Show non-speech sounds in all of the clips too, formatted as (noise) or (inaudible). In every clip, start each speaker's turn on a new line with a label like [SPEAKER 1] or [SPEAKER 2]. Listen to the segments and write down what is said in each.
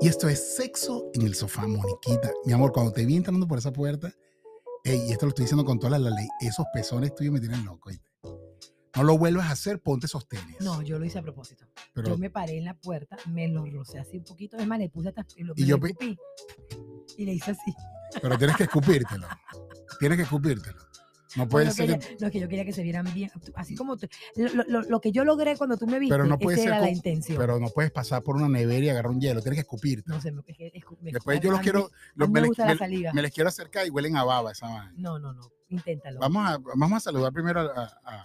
[SPEAKER 1] Y esto es sexo en el sofá, Moniquita. Mi amor, cuando te vi entrando por esa puerta, ey, y esto lo estoy diciendo con toda la, la ley, esos pezones tuyos me tienen loco. ¿oíste? No lo vuelvas a hacer, ponte esos tenis.
[SPEAKER 2] No, yo lo hice a propósito.
[SPEAKER 1] Pero-
[SPEAKER 2] Yo me (laughs) paré en la puerta, me lo rocé así un poquito. Es más, le puse hasta. Lo,
[SPEAKER 1] Y
[SPEAKER 2] me
[SPEAKER 1] yo
[SPEAKER 2] lo
[SPEAKER 1] pe-
[SPEAKER 2] escupí. Y le hice así.
[SPEAKER 1] Pero tienes que escupírtelo. Tienes que escupírtelo. No puede
[SPEAKER 2] no,
[SPEAKER 1] ser
[SPEAKER 2] quería-
[SPEAKER 1] que-
[SPEAKER 2] no, es que yo quería que se vieran bien. Así como. tú- lo, lo- lo que yo logré cuando tú me viste,
[SPEAKER 1] Pero no puede
[SPEAKER 2] esa
[SPEAKER 1] ser
[SPEAKER 2] era la
[SPEAKER 1] con-
[SPEAKER 2] intención.
[SPEAKER 1] Pero no puedes pasar por una nevera y agarrar un hielo. Tienes que escupírtelo.
[SPEAKER 2] no sé, me, es que- es- me-
[SPEAKER 1] Después
[SPEAKER 2] a-
[SPEAKER 1] yo
[SPEAKER 2] a
[SPEAKER 1] los
[SPEAKER 2] mí-
[SPEAKER 1] quiero.
[SPEAKER 2] a
[SPEAKER 1] los-
[SPEAKER 2] mí
[SPEAKER 1] me,
[SPEAKER 2] me
[SPEAKER 1] les,
[SPEAKER 2] gusta
[SPEAKER 1] me-
[SPEAKER 2] la saliva.
[SPEAKER 1] me les quiero acercar y huelen a baba esa vaina.
[SPEAKER 2] No, no, no. Inténtalo.
[SPEAKER 1] Vamos a, vamos a saludar primero a, a,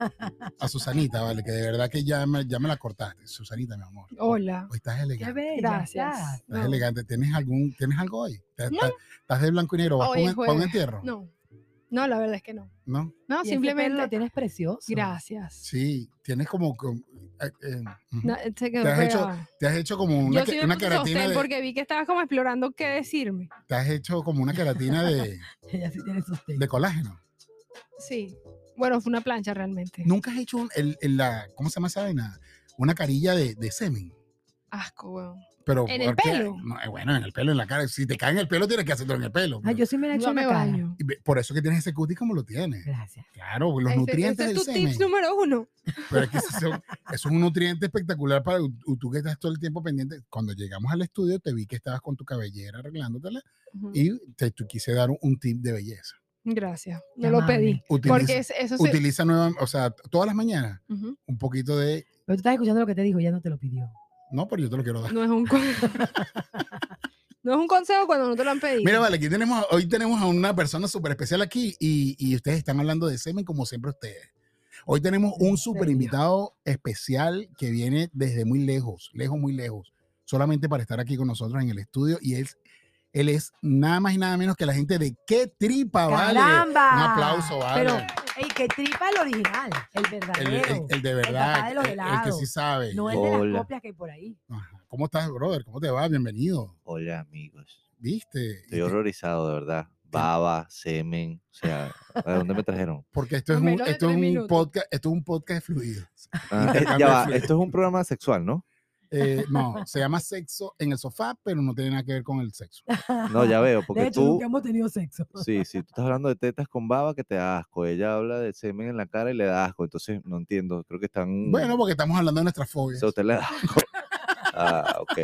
[SPEAKER 1] a- a Susanita, ¿vale? Que de verdad que ya me, ya me la cortaste. Susanita, mi amor.
[SPEAKER 3] Hola.
[SPEAKER 1] Hoy estás
[SPEAKER 2] Qué
[SPEAKER 1] elegante.
[SPEAKER 2] bella.
[SPEAKER 3] Oh, Gracias.
[SPEAKER 2] estás.
[SPEAKER 1] Estás
[SPEAKER 3] No.
[SPEAKER 1] elegante. ¿Tienes, algún, ¿Tienes algo hoy? ¿Estás, estás- estás de blanco y negro? ¿Vas
[SPEAKER 3] Hoy
[SPEAKER 1] para un-
[SPEAKER 3] es
[SPEAKER 1] para un
[SPEAKER 3] jueves.
[SPEAKER 1] entierro?
[SPEAKER 3] No, no, la verdad es que no.
[SPEAKER 1] ¿No?
[SPEAKER 2] Y
[SPEAKER 3] No,
[SPEAKER 2] ese pelo lo
[SPEAKER 3] simplemente.
[SPEAKER 2] tienes precioso. (laughs)
[SPEAKER 3] Gracias.
[SPEAKER 1] Sí, tienes como. como- eh, eh, ujú.
[SPEAKER 3] No, se quedó
[SPEAKER 1] Te has hecho
[SPEAKER 3] pegado.
[SPEAKER 1] Te has hecho como una,
[SPEAKER 3] ah, Yo
[SPEAKER 1] que-
[SPEAKER 3] sí me
[SPEAKER 1] una
[SPEAKER 3] puse
[SPEAKER 1] queratina
[SPEAKER 3] sostén
[SPEAKER 1] de,
[SPEAKER 3] porque vi que estabas como explorando qué decirme.
[SPEAKER 1] te has hecho como una queratina de,
[SPEAKER 2] Ella sí tiene sus tenis.
[SPEAKER 1] de
[SPEAKER 3] (laughs)
[SPEAKER 1] colágeno.
[SPEAKER 3] Sí. Bueno, fue una plancha realmente.
[SPEAKER 1] Nunca has hecho un- el- el la, ¿cómo se llama esa vaina? Una carilla de, de semen.
[SPEAKER 3] Asco, weón.
[SPEAKER 1] Pero
[SPEAKER 3] ¿En el
[SPEAKER 1] ¿por qué?
[SPEAKER 3] pelo?
[SPEAKER 1] No, eh, bueno, en el pelo, en la cara. Si te cae en el pelo, tienes que hacerlo en el pelo.
[SPEAKER 2] Ah, yo sí me la he hecho
[SPEAKER 3] No
[SPEAKER 2] en
[SPEAKER 3] me
[SPEAKER 2] la cara.
[SPEAKER 3] baño.
[SPEAKER 1] Y ve- Por eso que tienes ese cutis como lo tienes.
[SPEAKER 2] Gracias.
[SPEAKER 1] Claro, los
[SPEAKER 3] Ese-
[SPEAKER 1] nutrientes
[SPEAKER 3] ese
[SPEAKER 1] del
[SPEAKER 3] es tu
[SPEAKER 1] semen.
[SPEAKER 3] tip número uno.
[SPEAKER 1] Pero es que eso, eso
[SPEAKER 3] (laughs)
[SPEAKER 1] es un nutriente espectacular para u- u- tú que estás todo el tiempo pendiente. Cuando llegamos al estudio, te vi que estabas con tu cabellera arreglándotela
[SPEAKER 3] Ujú.
[SPEAKER 1] y te tú quise dar un, un tip de belleza.
[SPEAKER 3] Gracias.
[SPEAKER 2] Qué
[SPEAKER 3] No lo
[SPEAKER 2] amable.
[SPEAKER 3] pedí.
[SPEAKER 1] Utiliza,
[SPEAKER 3] Porque es- eso se.
[SPEAKER 1] utiliza nueva, o sea, todas las mañanas
[SPEAKER 3] Ujú.
[SPEAKER 1] un poquito de
[SPEAKER 2] Pero tú estás escuchando lo que te dijo, ya no te lo pidió.
[SPEAKER 1] No, pero yo te lo quiero dar.
[SPEAKER 3] No es un consejo. (laughs) no es un consejo cuando no te lo han pedido.
[SPEAKER 1] Mira, vale, aquí tenemos, hoy tenemos a una persona súper especial aquí y, y ustedes están hablando de semen como siempre ustedes. Hoy tenemos
[SPEAKER 2] En
[SPEAKER 1] un súper
[SPEAKER 2] serio.
[SPEAKER 1] invitado especial que viene desde muy lejos, lejos, muy lejos, solamente para estar aquí con nosotros en el estudio y es, él es nada más y nada menos que la gente de Qué Tripa, Ah, vale.
[SPEAKER 2] ¡Caramba!
[SPEAKER 1] Un aplauso, vale.
[SPEAKER 2] Pero, ey, que tripa el original, el
[SPEAKER 1] el,
[SPEAKER 2] verdadero.
[SPEAKER 1] el- el de
[SPEAKER 2] papá
[SPEAKER 1] verdad,
[SPEAKER 2] de
[SPEAKER 1] el,
[SPEAKER 2] los
[SPEAKER 1] el que sí
[SPEAKER 2] helados.
[SPEAKER 1] sabe.
[SPEAKER 2] no el de las
[SPEAKER 4] Hola.
[SPEAKER 2] copias que hay por ahí.
[SPEAKER 1] Ajá. ¿Cómo estás, brother? ¿Cómo te va? Bienvenido.
[SPEAKER 4] Hola amigos,
[SPEAKER 1] ¿Viste?
[SPEAKER 4] estoy horrorizado de verdad. Baba, semen, o sea, ¿a dónde me
[SPEAKER 1] (laughs)
[SPEAKER 4] trajeron?
[SPEAKER 1] Porque esto es
[SPEAKER 3] En
[SPEAKER 1] un,
[SPEAKER 3] menos de
[SPEAKER 1] esto es
[SPEAKER 3] tres
[SPEAKER 1] un
[SPEAKER 3] minutos.
[SPEAKER 1] podcast, esto es un podcast fluido.
[SPEAKER 4] Ah, eh,
[SPEAKER 1] Intercambio
[SPEAKER 4] (laughs) ya
[SPEAKER 1] de
[SPEAKER 4] va,
[SPEAKER 1] fluidos.
[SPEAKER 4] esto es un programa sexual, ¿no?
[SPEAKER 1] Eh, no, se llama sexo en el sofá, pero no tiene nada que ver con el sexo. (laughs)
[SPEAKER 2] (laughs)
[SPEAKER 4] No, ya veo,
[SPEAKER 2] De
[SPEAKER 4] porque
[SPEAKER 2] hecho,
[SPEAKER 4] tú,
[SPEAKER 2] nunca hemos tenido sexo.
[SPEAKER 4] sí, sí, tú estás hablando de tetas con baba que te da asco, ella habla de semen en la cara y le da asco, entonces no entiendo, creo que están...
[SPEAKER 1] Bueno,
[SPEAKER 4] (laughs)
[SPEAKER 1] pues. porque estamos hablando de nuestras
[SPEAKER 4] o
[SPEAKER 1] fobias.
[SPEAKER 4] sea, usted le da asco. Ah,
[SPEAKER 1] (laughs)
[SPEAKER 4] ok.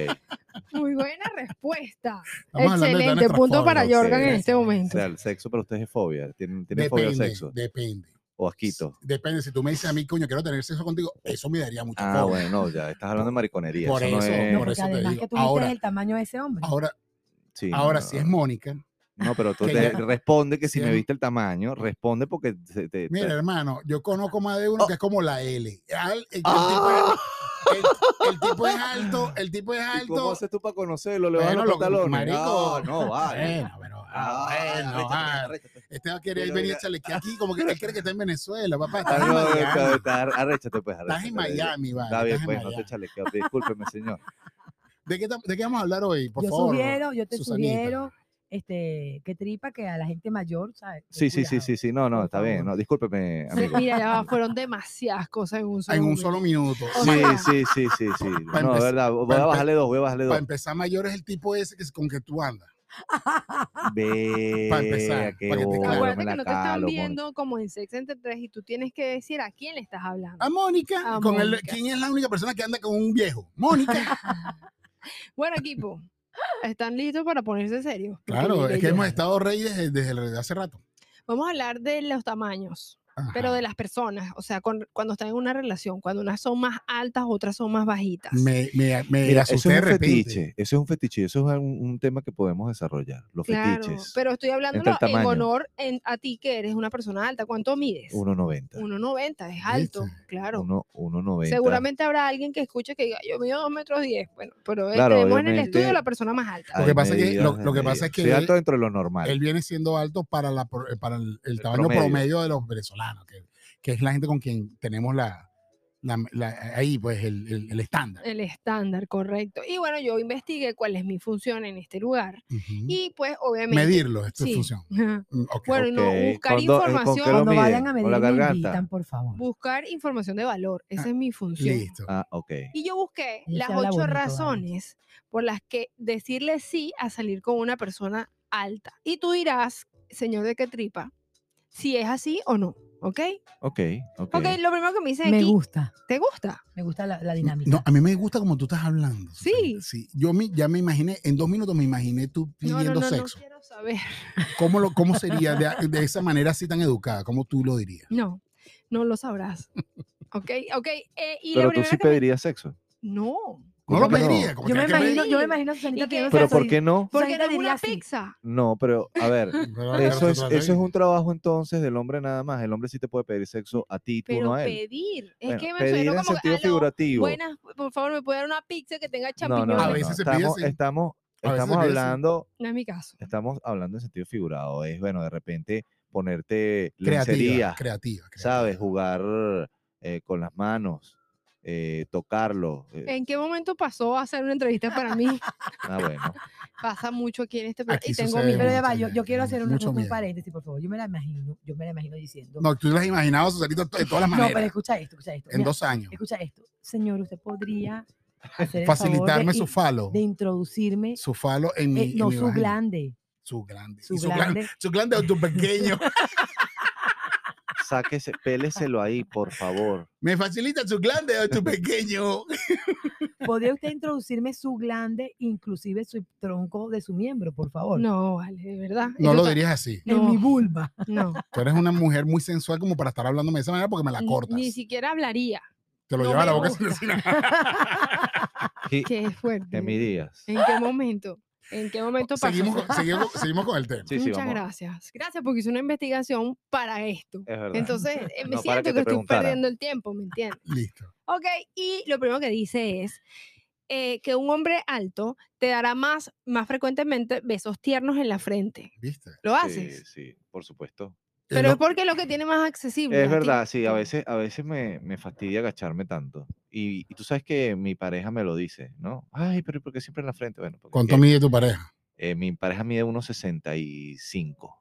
[SPEAKER 3] Muy buena respuesta.
[SPEAKER 1] Estamos hablando de todas
[SPEAKER 3] Excelente
[SPEAKER 1] nuestras
[SPEAKER 3] punto para
[SPEAKER 1] fobias.
[SPEAKER 3] Jordan en
[SPEAKER 4] ok.
[SPEAKER 3] este
[SPEAKER 4] O
[SPEAKER 3] momento.
[SPEAKER 4] sea, el sexo para ustedes es fobia, tienen, tienen fobia al
[SPEAKER 1] Depende,
[SPEAKER 4] sexo,
[SPEAKER 1] depende.
[SPEAKER 4] o asquito.
[SPEAKER 1] Depende, si tú me dices a mí, coño, quiero tener sexo contigo, eso me daría mucha
[SPEAKER 4] Ah,
[SPEAKER 1] fobia.
[SPEAKER 4] bueno, ya, estás hablando de mariconería.
[SPEAKER 1] Por
[SPEAKER 4] eso,
[SPEAKER 1] eso,
[SPEAKER 4] no es...
[SPEAKER 2] No,
[SPEAKER 1] por
[SPEAKER 2] porque
[SPEAKER 1] eso te
[SPEAKER 2] además
[SPEAKER 1] digo,
[SPEAKER 2] que tú viste
[SPEAKER 1] ahora-
[SPEAKER 2] el tamaño de ese hombre.
[SPEAKER 1] Ahora,
[SPEAKER 4] sí,
[SPEAKER 1] ahora
[SPEAKER 4] no,
[SPEAKER 1] si
[SPEAKER 4] no,
[SPEAKER 1] es Mónica,
[SPEAKER 4] No, pero tú
[SPEAKER 1] Que
[SPEAKER 4] te-
[SPEAKER 1] ya-
[SPEAKER 4] responde que si
[SPEAKER 1] Sí,
[SPEAKER 4] me
[SPEAKER 1] es-
[SPEAKER 4] viste el tamaño, responde porque se te,
[SPEAKER 1] mira,
[SPEAKER 4] te-
[SPEAKER 1] hermano, yo conozco más de uno que es como la L. Al- el, el
[SPEAKER 4] Oh.
[SPEAKER 1] tipo
[SPEAKER 4] ¡Ah!
[SPEAKER 1] es, el- el tipo es alto, el tipo es
[SPEAKER 4] ¿Y ¿Cómo
[SPEAKER 1] alto.
[SPEAKER 4] haces tú para conocerlo? ¿Le
[SPEAKER 1] Bueno,
[SPEAKER 4] vas a
[SPEAKER 1] lo-
[SPEAKER 4] los pantalones?
[SPEAKER 1] marico.
[SPEAKER 4] No, no, vale.
[SPEAKER 1] Bueno, pero, ah,
[SPEAKER 4] Ah,
[SPEAKER 1] bueno,
[SPEAKER 4] arréchate,
[SPEAKER 1] ah,
[SPEAKER 4] arréchate.
[SPEAKER 1] Este va a querer
[SPEAKER 4] Pero
[SPEAKER 1] venir a
[SPEAKER 4] mira-
[SPEAKER 1] echarle que aquí, como que él cree que está en Venezuela, papá.
[SPEAKER 4] Ah,
[SPEAKER 1] Estás en
[SPEAKER 4] no,
[SPEAKER 1] Miami.
[SPEAKER 4] no, está- Arréchate, pues.
[SPEAKER 1] Estás
[SPEAKER 4] arréchate,
[SPEAKER 1] en
[SPEAKER 4] vale.
[SPEAKER 1] Miami, vale.
[SPEAKER 4] Está bien,
[SPEAKER 1] estás en
[SPEAKER 4] pues, no te
[SPEAKER 1] Miami.
[SPEAKER 4] chalequeo. Discúlpeme, señor.
[SPEAKER 1] ¿De qué, tam- de qué vamos a hablar hoy? Por
[SPEAKER 2] yo
[SPEAKER 1] favor.
[SPEAKER 2] sugiero, yo te
[SPEAKER 1] Susanita.
[SPEAKER 2] sugiero, este, que tripa que a la gente mayor, ¿sabes? Ten
[SPEAKER 4] Sí, sí, sí,
[SPEAKER 2] cuidado.
[SPEAKER 4] sí, sí. No, no,
[SPEAKER 2] Por
[SPEAKER 4] está bien.
[SPEAKER 2] favor.
[SPEAKER 4] No, discúlpeme,
[SPEAKER 3] Sí,
[SPEAKER 4] amigo.
[SPEAKER 3] Mira, ya va, fueron demasiadas cosas en un solo.
[SPEAKER 1] En un
[SPEAKER 3] momento.
[SPEAKER 1] solo minuto.
[SPEAKER 3] O
[SPEAKER 4] Sí,
[SPEAKER 3] sea-
[SPEAKER 4] sí, sí, sí, sí.
[SPEAKER 1] Para
[SPEAKER 4] No, de
[SPEAKER 1] empezar-
[SPEAKER 4] verdad. Voy a
[SPEAKER 1] empe-
[SPEAKER 4] bajarle dos, voy a bajarle
[SPEAKER 1] Para
[SPEAKER 4] dos.
[SPEAKER 1] empezar, mayor es el tipo ese que es con que tú andas.
[SPEAKER 4] Ve,
[SPEAKER 1] para empezar,
[SPEAKER 4] qué
[SPEAKER 1] para que te
[SPEAKER 4] bola,
[SPEAKER 1] claro,
[SPEAKER 3] Acuérdate
[SPEAKER 4] me
[SPEAKER 3] que
[SPEAKER 4] la
[SPEAKER 3] no te están
[SPEAKER 4] calo, mon-
[SPEAKER 3] viendo como en Sex entre tres y tú tienes que decir a quién le estás hablando.
[SPEAKER 1] A Ah, Mónica,
[SPEAKER 3] A
[SPEAKER 1] con el,
[SPEAKER 3] Ah, Mónica.
[SPEAKER 1] ¿quién es la única persona que anda con un viejo?
[SPEAKER 3] (laughs)
[SPEAKER 1] Mónica.
[SPEAKER 3] Bueno, equipo, ¿están listos para ponerse serios? Porque
[SPEAKER 1] claro,
[SPEAKER 3] mire,
[SPEAKER 1] es que
[SPEAKER 3] yo-
[SPEAKER 1] hemos estado rey desde, desde hace rato.
[SPEAKER 3] Vamos a hablar de los tamaños,
[SPEAKER 1] Ajá.
[SPEAKER 3] pero de las personas, o sea, con- cuando están en una relación, cuando unas son más altas, otras son más bajitas.
[SPEAKER 1] me, me, me
[SPEAKER 4] Mira, Eh, eso
[SPEAKER 1] asusté
[SPEAKER 4] es
[SPEAKER 1] de
[SPEAKER 4] un
[SPEAKER 1] repente.
[SPEAKER 4] fetiche, eso es un fetiche, eso es un, un tema que podemos desarrollar, los
[SPEAKER 3] Claro,
[SPEAKER 4] fetiches.
[SPEAKER 3] pero estoy hablándolo en
[SPEAKER 4] tamaño.
[SPEAKER 3] honor en- a ti que eres una persona alta. ¿Cuánto mides?
[SPEAKER 4] 1.90.
[SPEAKER 3] 1,90, es alto, claro.
[SPEAKER 4] uno- 1.90.
[SPEAKER 3] Seguramente habrá alguien que escuche que diga, yo mido 2 metros 10. Bueno, pero eh,
[SPEAKER 4] Claro,
[SPEAKER 3] tenemos en el
[SPEAKER 4] obviamente,
[SPEAKER 3] estudio la persona más alta.
[SPEAKER 1] Lo
[SPEAKER 4] Hay
[SPEAKER 1] que pasa es que-
[SPEAKER 4] medidas
[SPEAKER 1] lo-
[SPEAKER 4] de
[SPEAKER 1] lo que pasa
[SPEAKER 4] medida.
[SPEAKER 1] es que
[SPEAKER 4] Soy
[SPEAKER 1] él-
[SPEAKER 4] alto dentro de lo normal.
[SPEAKER 1] Él viene siendo alto para, la, pro- eh, para el, el tamaño promedio.
[SPEAKER 4] promedio.
[SPEAKER 1] de los venezolanos, que, que es la gente con quien tenemos la, la- la- ahí pues el, el- el estándar.
[SPEAKER 3] El estándar, correcto. Y bueno, yo investigué cuál es mi función en este lugar.
[SPEAKER 1] Ujú.
[SPEAKER 3] Y pues, obviamente.
[SPEAKER 1] Medirlo, esto
[SPEAKER 3] sí.
[SPEAKER 1] es función. Mm, ok.
[SPEAKER 3] Bueno, no,
[SPEAKER 4] Ok,
[SPEAKER 3] buscar
[SPEAKER 4] ¿con do- eh, con qué
[SPEAKER 3] información.
[SPEAKER 4] lo
[SPEAKER 2] Cuando
[SPEAKER 4] miden?
[SPEAKER 2] vayan a
[SPEAKER 4] ¿Con
[SPEAKER 2] medir,
[SPEAKER 4] la
[SPEAKER 2] me
[SPEAKER 4] garganta.
[SPEAKER 2] invitan, por favor.
[SPEAKER 3] (laughs) Buscar información de valor. Esa
[SPEAKER 1] Ah,
[SPEAKER 3] es mi función.
[SPEAKER 1] Listo.
[SPEAKER 4] Ah, ok.
[SPEAKER 3] Y yo busqué
[SPEAKER 2] Y se
[SPEAKER 3] las
[SPEAKER 2] habla
[SPEAKER 3] ocho
[SPEAKER 2] bonito, vale.
[SPEAKER 3] razones por las que decirle sí a salir con una persona alta. Y tú dirás, señor de qué tripa, si es así o no. ¿Ok?
[SPEAKER 4] Ok, ok.
[SPEAKER 3] Ok, lo primero que me dicen
[SPEAKER 2] Me
[SPEAKER 3] aquí,
[SPEAKER 2] gusta,
[SPEAKER 3] ¿te gusta?
[SPEAKER 2] me gusta la, la dinámica.
[SPEAKER 1] No, a mí me gusta como tú estás hablando.
[SPEAKER 3] Sí.
[SPEAKER 1] Susanita, Sí. Yo me, ya me imaginé, en dos minutos me imaginé tú
[SPEAKER 3] No,
[SPEAKER 1] pidiendo
[SPEAKER 3] no, no,
[SPEAKER 1] sexo.
[SPEAKER 3] no quiero saber.
[SPEAKER 1] ¿Cómo, lo, ¿Cómo sería de, de esa manera así tan educada? ¿Cómo tú lo dirías?
[SPEAKER 3] No, no lo sabrás. ¿Ok? ¿Ok? eh, y lo
[SPEAKER 4] Pero tú
[SPEAKER 3] primero
[SPEAKER 4] sí
[SPEAKER 3] que me-
[SPEAKER 4] pedirías sexo.
[SPEAKER 3] No.
[SPEAKER 1] No
[SPEAKER 4] ¿Cómo
[SPEAKER 1] lo
[SPEAKER 4] que no?
[SPEAKER 1] pediría. como
[SPEAKER 2] yo,
[SPEAKER 1] que
[SPEAKER 2] me
[SPEAKER 1] hay que pedir.
[SPEAKER 2] imagino, yo me
[SPEAKER 3] pedir.
[SPEAKER 2] imagino a Susanita
[SPEAKER 3] ¿Y qué?
[SPEAKER 2] pidiendo
[SPEAKER 4] Pero
[SPEAKER 2] sexo
[SPEAKER 4] ¿por
[SPEAKER 2] y-
[SPEAKER 4] qué no?
[SPEAKER 3] Porque
[SPEAKER 2] Sarita
[SPEAKER 3] no es
[SPEAKER 2] diría
[SPEAKER 3] una
[SPEAKER 2] sí.
[SPEAKER 3] pizza.
[SPEAKER 4] No, pero a ver,
[SPEAKER 1] (laughs) Pero-
[SPEAKER 4] eso
[SPEAKER 1] pero-
[SPEAKER 4] es, eso es un trabajo entonces del hombre nada más. El hombre sí te puede pedir sexo a ti, tú
[SPEAKER 3] Pero
[SPEAKER 4] no a él.
[SPEAKER 3] pedir. Es
[SPEAKER 4] Bueno,
[SPEAKER 3] que me
[SPEAKER 4] pedir
[SPEAKER 3] suena
[SPEAKER 4] en
[SPEAKER 3] como que,
[SPEAKER 4] sentido
[SPEAKER 3] "Aló,
[SPEAKER 4] figurativo.
[SPEAKER 3] Buenas, por favor, me puede dar una pizza que tenga
[SPEAKER 4] No, no,
[SPEAKER 3] champiñones.
[SPEAKER 4] no,
[SPEAKER 3] No,
[SPEAKER 1] A veces
[SPEAKER 4] no.
[SPEAKER 1] se pide
[SPEAKER 4] estamos,
[SPEAKER 1] así. A
[SPEAKER 4] estamos,
[SPEAKER 1] veces
[SPEAKER 4] estamos
[SPEAKER 1] se pide así.
[SPEAKER 4] hablando,
[SPEAKER 3] es mi caso.
[SPEAKER 4] estamos hablando en sentido figurado. Es bueno, de repente ponerte
[SPEAKER 1] creativa,
[SPEAKER 4] lencería,
[SPEAKER 1] creativa. creativa.
[SPEAKER 4] ¿sabes? Jugar eh, con las manos, eh, tocarlo. eh,
[SPEAKER 3] ¿En qué momento pasó a hacer una entrevista para
[SPEAKER 4] (laughs)
[SPEAKER 3] mí?
[SPEAKER 4] ah, bueno.
[SPEAKER 3] Pasa mucho aquí en este país.
[SPEAKER 1] Aquí
[SPEAKER 3] Y tengo
[SPEAKER 1] sucede
[SPEAKER 3] miedo.
[SPEAKER 2] Pero ya va,
[SPEAKER 1] Mucho
[SPEAKER 2] yo, yo
[SPEAKER 1] miedo,
[SPEAKER 2] quiero hacer un,
[SPEAKER 1] mucho
[SPEAKER 2] un
[SPEAKER 1] miedo.
[SPEAKER 2] paréntesis, por favor. Yo me la imagino, yo me la imagino diciendo.
[SPEAKER 1] No, tú lo has imaginado, Susanita, de todas las
[SPEAKER 2] No,
[SPEAKER 1] maneras.
[SPEAKER 2] pero escucha esto, escucha esto.
[SPEAKER 1] en
[SPEAKER 2] Mira,
[SPEAKER 1] dos años.
[SPEAKER 2] Escucha esto. Señor, usted podría hacer el favor
[SPEAKER 1] Facilitarme
[SPEAKER 2] de,
[SPEAKER 1] su falo.
[SPEAKER 2] de introducirme.
[SPEAKER 1] Su falo en mi.
[SPEAKER 2] eh,
[SPEAKER 1] en
[SPEAKER 2] no,
[SPEAKER 1] mi
[SPEAKER 2] su
[SPEAKER 1] vagina.
[SPEAKER 2] glande.
[SPEAKER 1] Su grande.
[SPEAKER 2] Su
[SPEAKER 1] Y Su
[SPEAKER 2] glande.
[SPEAKER 1] glande. Su glande o tu
[SPEAKER 2] (laughs)
[SPEAKER 1] pequeño.
[SPEAKER 4] Sáquese, péleselo ahí, por favor.
[SPEAKER 1] Me facilita su glande o tu pequeño.
[SPEAKER 2] (laughs) ¿Podría usted introducirme su glande, inclusive su tronco de su miembro, por favor?
[SPEAKER 3] (laughs) No, vale, de verdad.
[SPEAKER 1] No
[SPEAKER 3] Eso
[SPEAKER 1] lo
[SPEAKER 3] ta-
[SPEAKER 1] dirías así.
[SPEAKER 2] En mi vulva.
[SPEAKER 1] (laughs)
[SPEAKER 3] (laughs) No,
[SPEAKER 1] Tú eres una mujer muy sensual como para estar hablándome de esa manera porque me la
[SPEAKER 3] n-
[SPEAKER 1] cortas.
[SPEAKER 3] ni siquiera hablaría.
[SPEAKER 1] Te lo
[SPEAKER 3] no
[SPEAKER 1] lleva a la
[SPEAKER 3] me
[SPEAKER 1] boca sin
[SPEAKER 3] gusta.
[SPEAKER 1] decir nada.
[SPEAKER 4] Sí,
[SPEAKER 3] Qué Eh, fuerte.
[SPEAKER 4] En mi días.
[SPEAKER 3] ¿En qué momento? ¿En qué momento pasó?
[SPEAKER 1] Seguimos,
[SPEAKER 3] (laughs)
[SPEAKER 1] con- seguimos, seguimos con el tema.
[SPEAKER 4] Sí, sí,
[SPEAKER 3] Muchas
[SPEAKER 4] vamos.
[SPEAKER 3] gracias. Gracias porque hice una investigación para esto.
[SPEAKER 4] Es verdad. (laughs)
[SPEAKER 3] Entonces, eh, me
[SPEAKER 4] No,
[SPEAKER 3] siento que,
[SPEAKER 4] para que te
[SPEAKER 3] estoy
[SPEAKER 4] preguntara.
[SPEAKER 3] perdiendo el tiempo, ¿me entiendes?
[SPEAKER 1] Listo.
[SPEAKER 3] Ok, y lo primero que dice es eh, que un hombre alto te dará más, más frecuentemente besos tiernos en la frente.
[SPEAKER 1] ¿Viste?
[SPEAKER 3] ¿Lo
[SPEAKER 4] sí,
[SPEAKER 3] haces?
[SPEAKER 4] sí, por supuesto.
[SPEAKER 1] Eh,
[SPEAKER 3] Pero
[SPEAKER 1] lo-
[SPEAKER 3] es porque es lo que tiene más accesible. a
[SPEAKER 4] Es
[SPEAKER 3] ti.
[SPEAKER 4] verdad, sí, a
[SPEAKER 3] Claro.
[SPEAKER 4] veces, a veces me, me fastidia agacharme tanto. Y, y tú sabes que mi pareja me lo dice, ¿no? Ay, pero ¿por qué siempre en la frente? Bueno, porque
[SPEAKER 1] ¿Cuánto
[SPEAKER 4] es que,
[SPEAKER 1] mide tu pareja?
[SPEAKER 4] eh, mi pareja mide 1,65.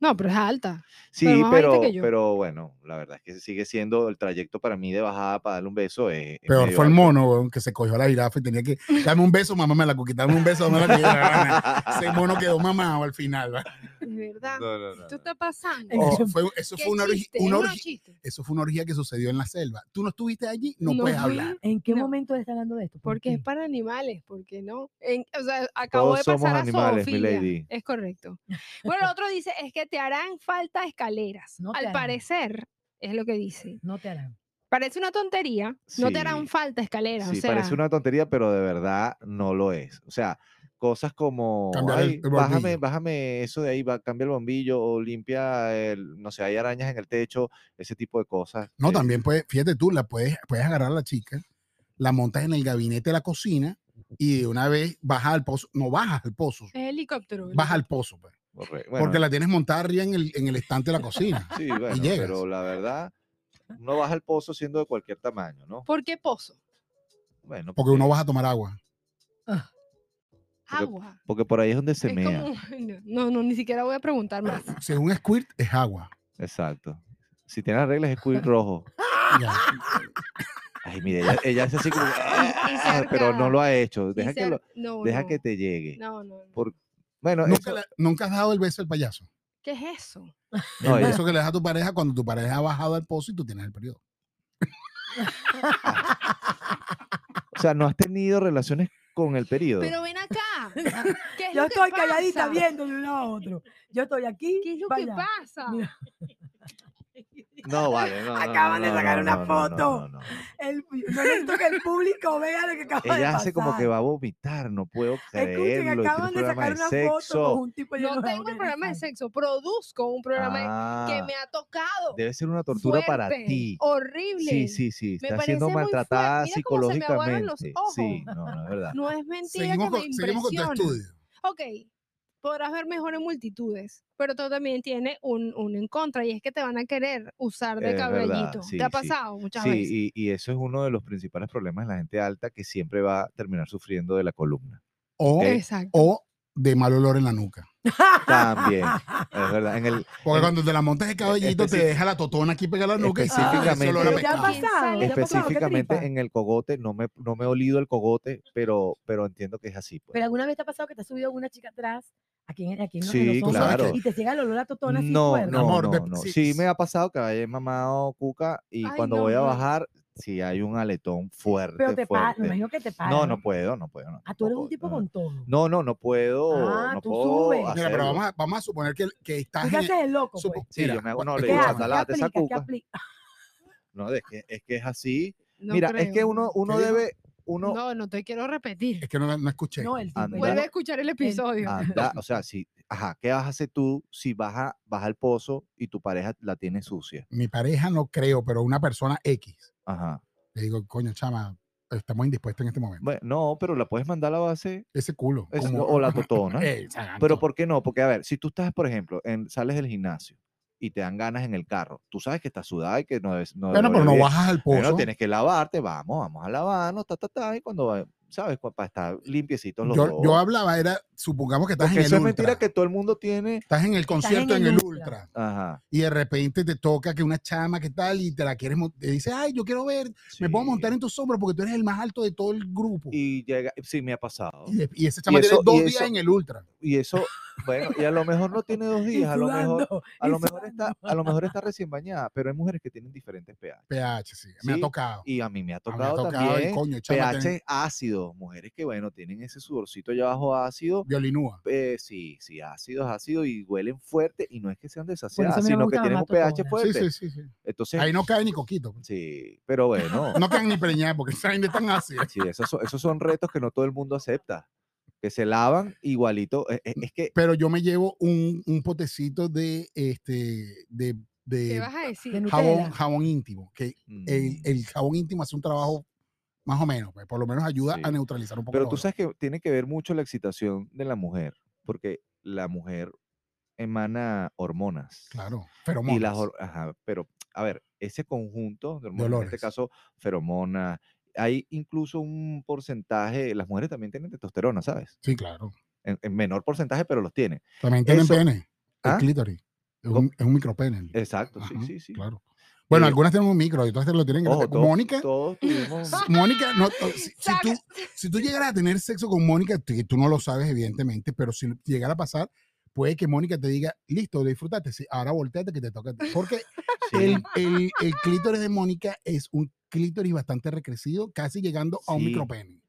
[SPEAKER 3] No, pero es alta.
[SPEAKER 4] Sí,
[SPEAKER 3] más bajita
[SPEAKER 4] pero,
[SPEAKER 3] que yo.
[SPEAKER 4] pero bueno, la verdad es que sigue siendo el trayecto para mí de bajada para darle un beso. eh, Es, es
[SPEAKER 1] Peor
[SPEAKER 4] medio
[SPEAKER 1] fue el
[SPEAKER 4] alto.
[SPEAKER 1] mono, weón, que se cogió a la jirafa y tenía que. Dame un beso, mamá, me la coquita. Dame un beso, mamá, la coquita.
[SPEAKER 4] (laughs)
[SPEAKER 1] Ese mono quedó mamado al final. ¿va?
[SPEAKER 3] Es verdad.
[SPEAKER 4] No, no, no,
[SPEAKER 3] Esto
[SPEAKER 4] no.
[SPEAKER 3] está pasando.
[SPEAKER 2] Oh,
[SPEAKER 1] Eso fue, eso
[SPEAKER 3] ¿Qué
[SPEAKER 1] fue una, orgi-
[SPEAKER 3] chiste?
[SPEAKER 1] una
[SPEAKER 3] ¿Es
[SPEAKER 1] orgi-
[SPEAKER 3] un chiste?
[SPEAKER 1] Eso fue una orgía que sucedió en la selva. Tú no estuviste allí, no,
[SPEAKER 3] No
[SPEAKER 1] puedes
[SPEAKER 3] fui.
[SPEAKER 1] hablar.
[SPEAKER 2] ¿En qué
[SPEAKER 3] No.
[SPEAKER 2] momento le está hablando de esto? ¿Por
[SPEAKER 3] Porque es
[SPEAKER 2] qué?
[SPEAKER 3] para animales, porque no? En- o sea, acabo
[SPEAKER 4] Todos
[SPEAKER 3] de
[SPEAKER 4] somos
[SPEAKER 3] pasar a
[SPEAKER 4] animales, mi
[SPEAKER 3] zoofilia.
[SPEAKER 4] lady.
[SPEAKER 3] Es correcto.
[SPEAKER 4] (laughs)
[SPEAKER 3] Bueno, otro dice, es que te harán falta escaleras.
[SPEAKER 2] No te
[SPEAKER 3] Al
[SPEAKER 2] harán.
[SPEAKER 3] parecer, es lo que dice.
[SPEAKER 2] No te harán.
[SPEAKER 3] Parece una tontería. No te
[SPEAKER 4] Sí.
[SPEAKER 3] harán falta escaleras.
[SPEAKER 4] Sí,
[SPEAKER 3] o sea,
[SPEAKER 4] parece una tontería, pero de verdad no lo es. O sea, cosas como,
[SPEAKER 1] Cambiar el-
[SPEAKER 4] "Ay,
[SPEAKER 1] el
[SPEAKER 4] bájame,
[SPEAKER 1] bombillo".
[SPEAKER 4] bájame eso de ahí, va, cambia el bombillo o limpia, el, no sé, hay arañas en el techo, ese tipo de cosas.
[SPEAKER 1] No,
[SPEAKER 4] eh,
[SPEAKER 1] también puedes, fíjate tú, la puedes, puedes agarrar a la chica, la montas en el gabinete de la cocina y de una vez bajas al pozo. No bajas al pozo,
[SPEAKER 3] es helicóptero.
[SPEAKER 1] bajas al pozo. pues,
[SPEAKER 4] corre- bueno,
[SPEAKER 1] porque la tienes montada arriba en el, en el estante de la cocina. (laughs)
[SPEAKER 4] Sí, bueno,
[SPEAKER 1] llegas.
[SPEAKER 4] pero la verdad, no baja el pozo siendo de cualquier tamaño, ¿no?
[SPEAKER 3] ¿Por qué pozo?
[SPEAKER 4] Bueno,
[SPEAKER 1] Porque uno vas a tomar agua.
[SPEAKER 4] Porque-
[SPEAKER 3] Agua.
[SPEAKER 4] porque por ahí es donde se
[SPEAKER 3] Es
[SPEAKER 4] mea.
[SPEAKER 3] como- (laughs) No, no, ni siquiera voy a preguntar más.
[SPEAKER 1] Si es un squirt, es agua.
[SPEAKER 4] Exacto. Si tiene las reglas, es cuir rojo.
[SPEAKER 1] Ya.
[SPEAKER 4] Ay, mire, ella, ella hace así como.
[SPEAKER 3] (laughs)
[SPEAKER 4] "Ah", pero no
[SPEAKER 3] cerca.
[SPEAKER 4] lo ha hecho.
[SPEAKER 3] Y
[SPEAKER 4] Deja, que,
[SPEAKER 3] ser-
[SPEAKER 4] lo-
[SPEAKER 3] no,
[SPEAKER 4] deja
[SPEAKER 3] no.
[SPEAKER 4] que te llegue.
[SPEAKER 3] No, no, no.
[SPEAKER 4] Por- Bueno,
[SPEAKER 1] ¿Nunca,
[SPEAKER 4] eso-
[SPEAKER 1] le- nunca has dado el beso al payaso.
[SPEAKER 3] ¿Qué es eso?
[SPEAKER 4] (laughs) no,
[SPEAKER 1] el
[SPEAKER 3] (laughs)
[SPEAKER 4] ella-
[SPEAKER 1] beso que le das a tu pareja cuando tu pareja ha bajado al pozo y tú tienes el periodo.
[SPEAKER 4] O sea, no has tenido relaciones con el periodo.
[SPEAKER 3] Pero ven
[SPEAKER 4] (laughs)
[SPEAKER 3] acá. ¿Qué es
[SPEAKER 2] Yo
[SPEAKER 3] lo que
[SPEAKER 2] estoy calladita
[SPEAKER 3] pasa?
[SPEAKER 2] viendo de uno a otro. Yo estoy aquí.
[SPEAKER 3] ¿Qué es lo que
[SPEAKER 2] vaya.
[SPEAKER 3] pasa?
[SPEAKER 2] Mira,
[SPEAKER 3] (laughs)
[SPEAKER 4] No, vale, no. no,
[SPEAKER 2] Acaban
[SPEAKER 4] no,
[SPEAKER 2] de
[SPEAKER 4] no,
[SPEAKER 2] sacar
[SPEAKER 4] no,
[SPEAKER 2] una
[SPEAKER 4] no, no, no,
[SPEAKER 2] foto.
[SPEAKER 4] no, no.
[SPEAKER 2] el- yo necesito que el público vea lo que acaba de
[SPEAKER 4] Ella
[SPEAKER 2] pasar.
[SPEAKER 4] hace como que va a vomitar, no puedo
[SPEAKER 2] Escuchen,
[SPEAKER 4] creerlo. y tiene
[SPEAKER 2] acaban
[SPEAKER 4] un
[SPEAKER 2] de
[SPEAKER 4] programa
[SPEAKER 2] sacar
[SPEAKER 4] de
[SPEAKER 2] una foto con
[SPEAKER 4] sexo.
[SPEAKER 2] un tipo lleno de
[SPEAKER 3] No tengo el
[SPEAKER 2] aureolas.
[SPEAKER 3] programa de sexo, produzco un programa de- que
[SPEAKER 4] Ah,
[SPEAKER 3] me ha tocado.
[SPEAKER 4] debe ser una tortura para
[SPEAKER 3] Fuerte,
[SPEAKER 4] ti.
[SPEAKER 3] Horrible.
[SPEAKER 4] Sí, sí, sí.
[SPEAKER 3] Me
[SPEAKER 4] Está siendo
[SPEAKER 3] parece muy fuerte.
[SPEAKER 4] maltratada
[SPEAKER 3] Mira cómo se me aguaron los
[SPEAKER 4] psicológicamente. Sí,
[SPEAKER 3] ojos.
[SPEAKER 4] no, no, es verdad.
[SPEAKER 3] No es mentira
[SPEAKER 1] Seguimos
[SPEAKER 3] que me
[SPEAKER 1] con, seguimos con tu
[SPEAKER 3] impresiona.
[SPEAKER 1] estudio.
[SPEAKER 3] Ok, podrás ver mejor en multitudes, pero todo también tiene un, un en contra y es que te van a querer usar de
[SPEAKER 4] Es verdad,
[SPEAKER 3] caballito.
[SPEAKER 4] sí,
[SPEAKER 3] te ha
[SPEAKER 4] sí.
[SPEAKER 3] pasado muchas veces.
[SPEAKER 4] Sí, y, y eso es uno de los principales problemas de la gente alta que siempre va a terminar sufriendo de la columna.
[SPEAKER 1] O,
[SPEAKER 3] Exacto.
[SPEAKER 1] o de mal olor en la nuca.
[SPEAKER 2] (laughs)
[SPEAKER 4] También, es verdad. En el,
[SPEAKER 1] Porque
[SPEAKER 4] en-
[SPEAKER 1] cuando te la montas de caballito, te
[SPEAKER 4] Eh, específic-
[SPEAKER 1] deja la totona aquí pegada a la nuca y sigue ese
[SPEAKER 4] específicamente-
[SPEAKER 1] olor a
[SPEAKER 4] Pero
[SPEAKER 2] ya
[SPEAKER 1] pescado.
[SPEAKER 2] pasa- pasado?
[SPEAKER 3] ¿Te ha pasado? ¿Qué
[SPEAKER 4] específicamente
[SPEAKER 2] tripa?
[SPEAKER 4] en el cogote, no me, no me he olido el cogote, pero, pero entiendo que es así. pues.
[SPEAKER 2] Pero alguna vez te ha pasado que te ha subido una chica atrás, aquí en, aquí en los
[SPEAKER 4] Sí,
[SPEAKER 2] ojos,
[SPEAKER 1] claro.
[SPEAKER 2] y te llega el olor a totona así
[SPEAKER 4] No,
[SPEAKER 2] fuerte.
[SPEAKER 4] no,
[SPEAKER 1] Amor,
[SPEAKER 4] no,
[SPEAKER 1] de-
[SPEAKER 4] no.
[SPEAKER 1] sí,
[SPEAKER 4] Sí,
[SPEAKER 1] sí.
[SPEAKER 4] me ha pasado que he mamado cuca y
[SPEAKER 3] Ay,
[SPEAKER 4] cuando
[SPEAKER 3] no,
[SPEAKER 4] voy a
[SPEAKER 3] no.
[SPEAKER 4] bajar, si hay un aletón fuerte,
[SPEAKER 2] Pero te para, me
[SPEAKER 4] fuerte.
[SPEAKER 2] imagino que te para.
[SPEAKER 4] No, no puedo, no puedo. no,
[SPEAKER 2] Ah, tú eres un
[SPEAKER 4] tampoco,
[SPEAKER 2] tipo
[SPEAKER 4] no.
[SPEAKER 2] con todo.
[SPEAKER 4] No, no, no puedo.
[SPEAKER 2] Ah,
[SPEAKER 4] no
[SPEAKER 2] tú
[SPEAKER 4] puedo
[SPEAKER 2] subes.
[SPEAKER 1] Mira, pero
[SPEAKER 4] hacerlo.
[SPEAKER 1] vamos a, vamos a suponer que, que estás
[SPEAKER 2] Tú te
[SPEAKER 1] en el-
[SPEAKER 2] haces el loco,
[SPEAKER 1] supo-
[SPEAKER 2] pues.
[SPEAKER 4] Sí, yo me hago- no, le
[SPEAKER 2] ¿Qué
[SPEAKER 4] digo,
[SPEAKER 2] haces?
[SPEAKER 4] "Anda, lávate
[SPEAKER 2] ¿Qué
[SPEAKER 4] esa
[SPEAKER 2] aplicas? ¿Qué Ah,
[SPEAKER 4] cuca".
[SPEAKER 2] aplicas?
[SPEAKER 4] No, es que, es que es así.
[SPEAKER 3] No
[SPEAKER 4] Mira, es que
[SPEAKER 3] creo.
[SPEAKER 4] uno, uno
[SPEAKER 1] ¿Qué dijo?
[SPEAKER 4] debe, uno
[SPEAKER 3] No, no te quiero repetir.
[SPEAKER 1] Es que no, no escuché.
[SPEAKER 2] No, eh. el tipo.
[SPEAKER 4] Anda.
[SPEAKER 3] Vuelve a
[SPEAKER 2] Vuelve.
[SPEAKER 3] escuchar el episodio. (laughs)
[SPEAKER 4] anda, ah, o sea, si, ajá, ¿qué vas a hacer tú si vas, a, vas al pozo y tu pareja la tiene sucia?
[SPEAKER 1] Mi pareja no creo, pero una persona X.
[SPEAKER 4] Ajá.
[SPEAKER 1] Le digo, coño, chama, estamos indispuestos en este momento.
[SPEAKER 4] Bueno, no, pero la puedes mandar a la base
[SPEAKER 1] Ese culo.
[SPEAKER 4] es-
[SPEAKER 1] como- (laughs)
[SPEAKER 4] o la totona.
[SPEAKER 1] Eh, exacto.
[SPEAKER 4] Pero ¿por qué no? Porque, a ver, si tú estás, por ejemplo, en, sales del gimnasio y te dan ganas en el carro, tú sabes que estás sudada y que no es... No
[SPEAKER 1] Bueno,
[SPEAKER 4] huele
[SPEAKER 1] pero no
[SPEAKER 4] bien.
[SPEAKER 1] bajas al pozo.
[SPEAKER 4] Bueno, tienes que lavarte, vamos, vamos a lavarnos, ta, ta, ta, y cuando, va- ¿sabes? Cu- Para estar limpiecitos los
[SPEAKER 1] yo,
[SPEAKER 4] dos.
[SPEAKER 1] yo hablaba, era, supongamos que estás
[SPEAKER 4] Porque
[SPEAKER 1] en el
[SPEAKER 4] eso es
[SPEAKER 1] ultra.
[SPEAKER 4] mentira que todo el mundo tiene...
[SPEAKER 1] Estás en el concierto, en el, ultra.
[SPEAKER 4] Ajá.
[SPEAKER 1] Y de repente te toca que una chama que tal y te la quieres, mon- te dice, ay, yo quiero ver, me puedo montar
[SPEAKER 4] sí.
[SPEAKER 1] en tus hombros porque tú eres el más alto de todo el grupo. Y,
[SPEAKER 4] Y llega, sí, me ha pasado.
[SPEAKER 1] de- y ese chama tiene
[SPEAKER 4] eso-
[SPEAKER 1] dos
[SPEAKER 4] y
[SPEAKER 1] días
[SPEAKER 4] eso-
[SPEAKER 1] en el ultra.
[SPEAKER 4] Y eso, bueno, y a lo mejor no tiene dos días, a lo mejor, a lo mejor está, a lo mejor está recién bañada, pero hay mujeres que tienen diferentes pH.
[SPEAKER 1] PH, sí, me ha
[SPEAKER 4] Sí,
[SPEAKER 1] tocado.
[SPEAKER 4] Y a mí me ha
[SPEAKER 1] Ah, me ha
[SPEAKER 4] tocado,
[SPEAKER 1] tocado, y
[SPEAKER 4] también
[SPEAKER 1] coño, chama,
[SPEAKER 4] pH
[SPEAKER 1] tenés-
[SPEAKER 4] ácidos, mujeres que bueno, tienen ese sudorcito allá abajo ácido.
[SPEAKER 1] Violinúa.
[SPEAKER 4] eh, sí, sí, ácidos, ácidos y huelen fuerte y no es que
[SPEAKER 2] a
[SPEAKER 4] sean
[SPEAKER 2] mí no
[SPEAKER 4] desaseadas,
[SPEAKER 2] me
[SPEAKER 4] sino que
[SPEAKER 2] gusta
[SPEAKER 4] tienen
[SPEAKER 2] mamá
[SPEAKER 4] un pH
[SPEAKER 2] totona.
[SPEAKER 4] fuerte.
[SPEAKER 1] Sí, sí, sí, sí.
[SPEAKER 4] Entonces,
[SPEAKER 1] Ahí no cae ni coquito. pues.
[SPEAKER 4] sí, pero bueno,
[SPEAKER 1] (laughs) No caen ni preñadas porque esa gente es tan ácida.
[SPEAKER 4] sí, esos son, esos son retos que no todo el mundo acepta, que se lavan igualito. eh, eh, Es, que
[SPEAKER 1] Pero yo me llevo un, un potecito de este de,
[SPEAKER 3] ¿Qué
[SPEAKER 1] de
[SPEAKER 3] vas a decir?
[SPEAKER 2] de nu-
[SPEAKER 1] jabón,
[SPEAKER 2] Nutella.
[SPEAKER 1] jabón íntimo. Que el,
[SPEAKER 4] mm,
[SPEAKER 1] el jabón íntimo hace un trabajo más o menos, pues, por lo menos ayuda a
[SPEAKER 4] Sí.
[SPEAKER 1] neutralizar un poco. el
[SPEAKER 4] Pero tú
[SPEAKER 1] olor.
[SPEAKER 4] sabes que tiene que ver mucho la excitación de la mujer, porque la mujer emana hormonas.
[SPEAKER 1] Claro, feromonas.
[SPEAKER 4] Y las, hor- ajá, pero, a ver, ese conjunto de hormonas, en
[SPEAKER 1] olores.
[SPEAKER 4] este caso, feromonas, hay incluso un porcentaje, las mujeres también tienen testosterona, ¿sabes?
[SPEAKER 1] Sí, claro.
[SPEAKER 4] En, en menor porcentaje, pero los tienen.
[SPEAKER 1] También tienen
[SPEAKER 4] Eso-
[SPEAKER 1] pene. El
[SPEAKER 4] ¿Ah?
[SPEAKER 1] clítoris. Es
[SPEAKER 4] Co-
[SPEAKER 1] un, es un micropene.
[SPEAKER 4] Exacto, sí,
[SPEAKER 1] Ajá,
[SPEAKER 4] sí, sí.
[SPEAKER 1] Claro. Bueno,
[SPEAKER 4] Eh,
[SPEAKER 1] algunas tienen un micro y otras lo tienen.
[SPEAKER 4] Ojo,
[SPEAKER 1] grande.
[SPEAKER 4] todos-
[SPEAKER 1] Mónica,
[SPEAKER 2] (laughs)
[SPEAKER 4] Todos tuvimos...
[SPEAKER 1] Pues, Mónica, no, no, si, si
[SPEAKER 3] Saca-
[SPEAKER 1] tú, si tú llegaras a tener sexo con Mónica, tú, tú no lo sabes, evidentemente, pero si llegara a pasar, puede que Mónica te diga, listo, disfrútate, sí, ahora volteate que te toca. a ti". Porque el,
[SPEAKER 4] (laughs) sí,
[SPEAKER 1] el- el clítoris de Mónica es un clítoris bastante recrecido, casi llegando a un
[SPEAKER 4] Sí.
[SPEAKER 1] micropene.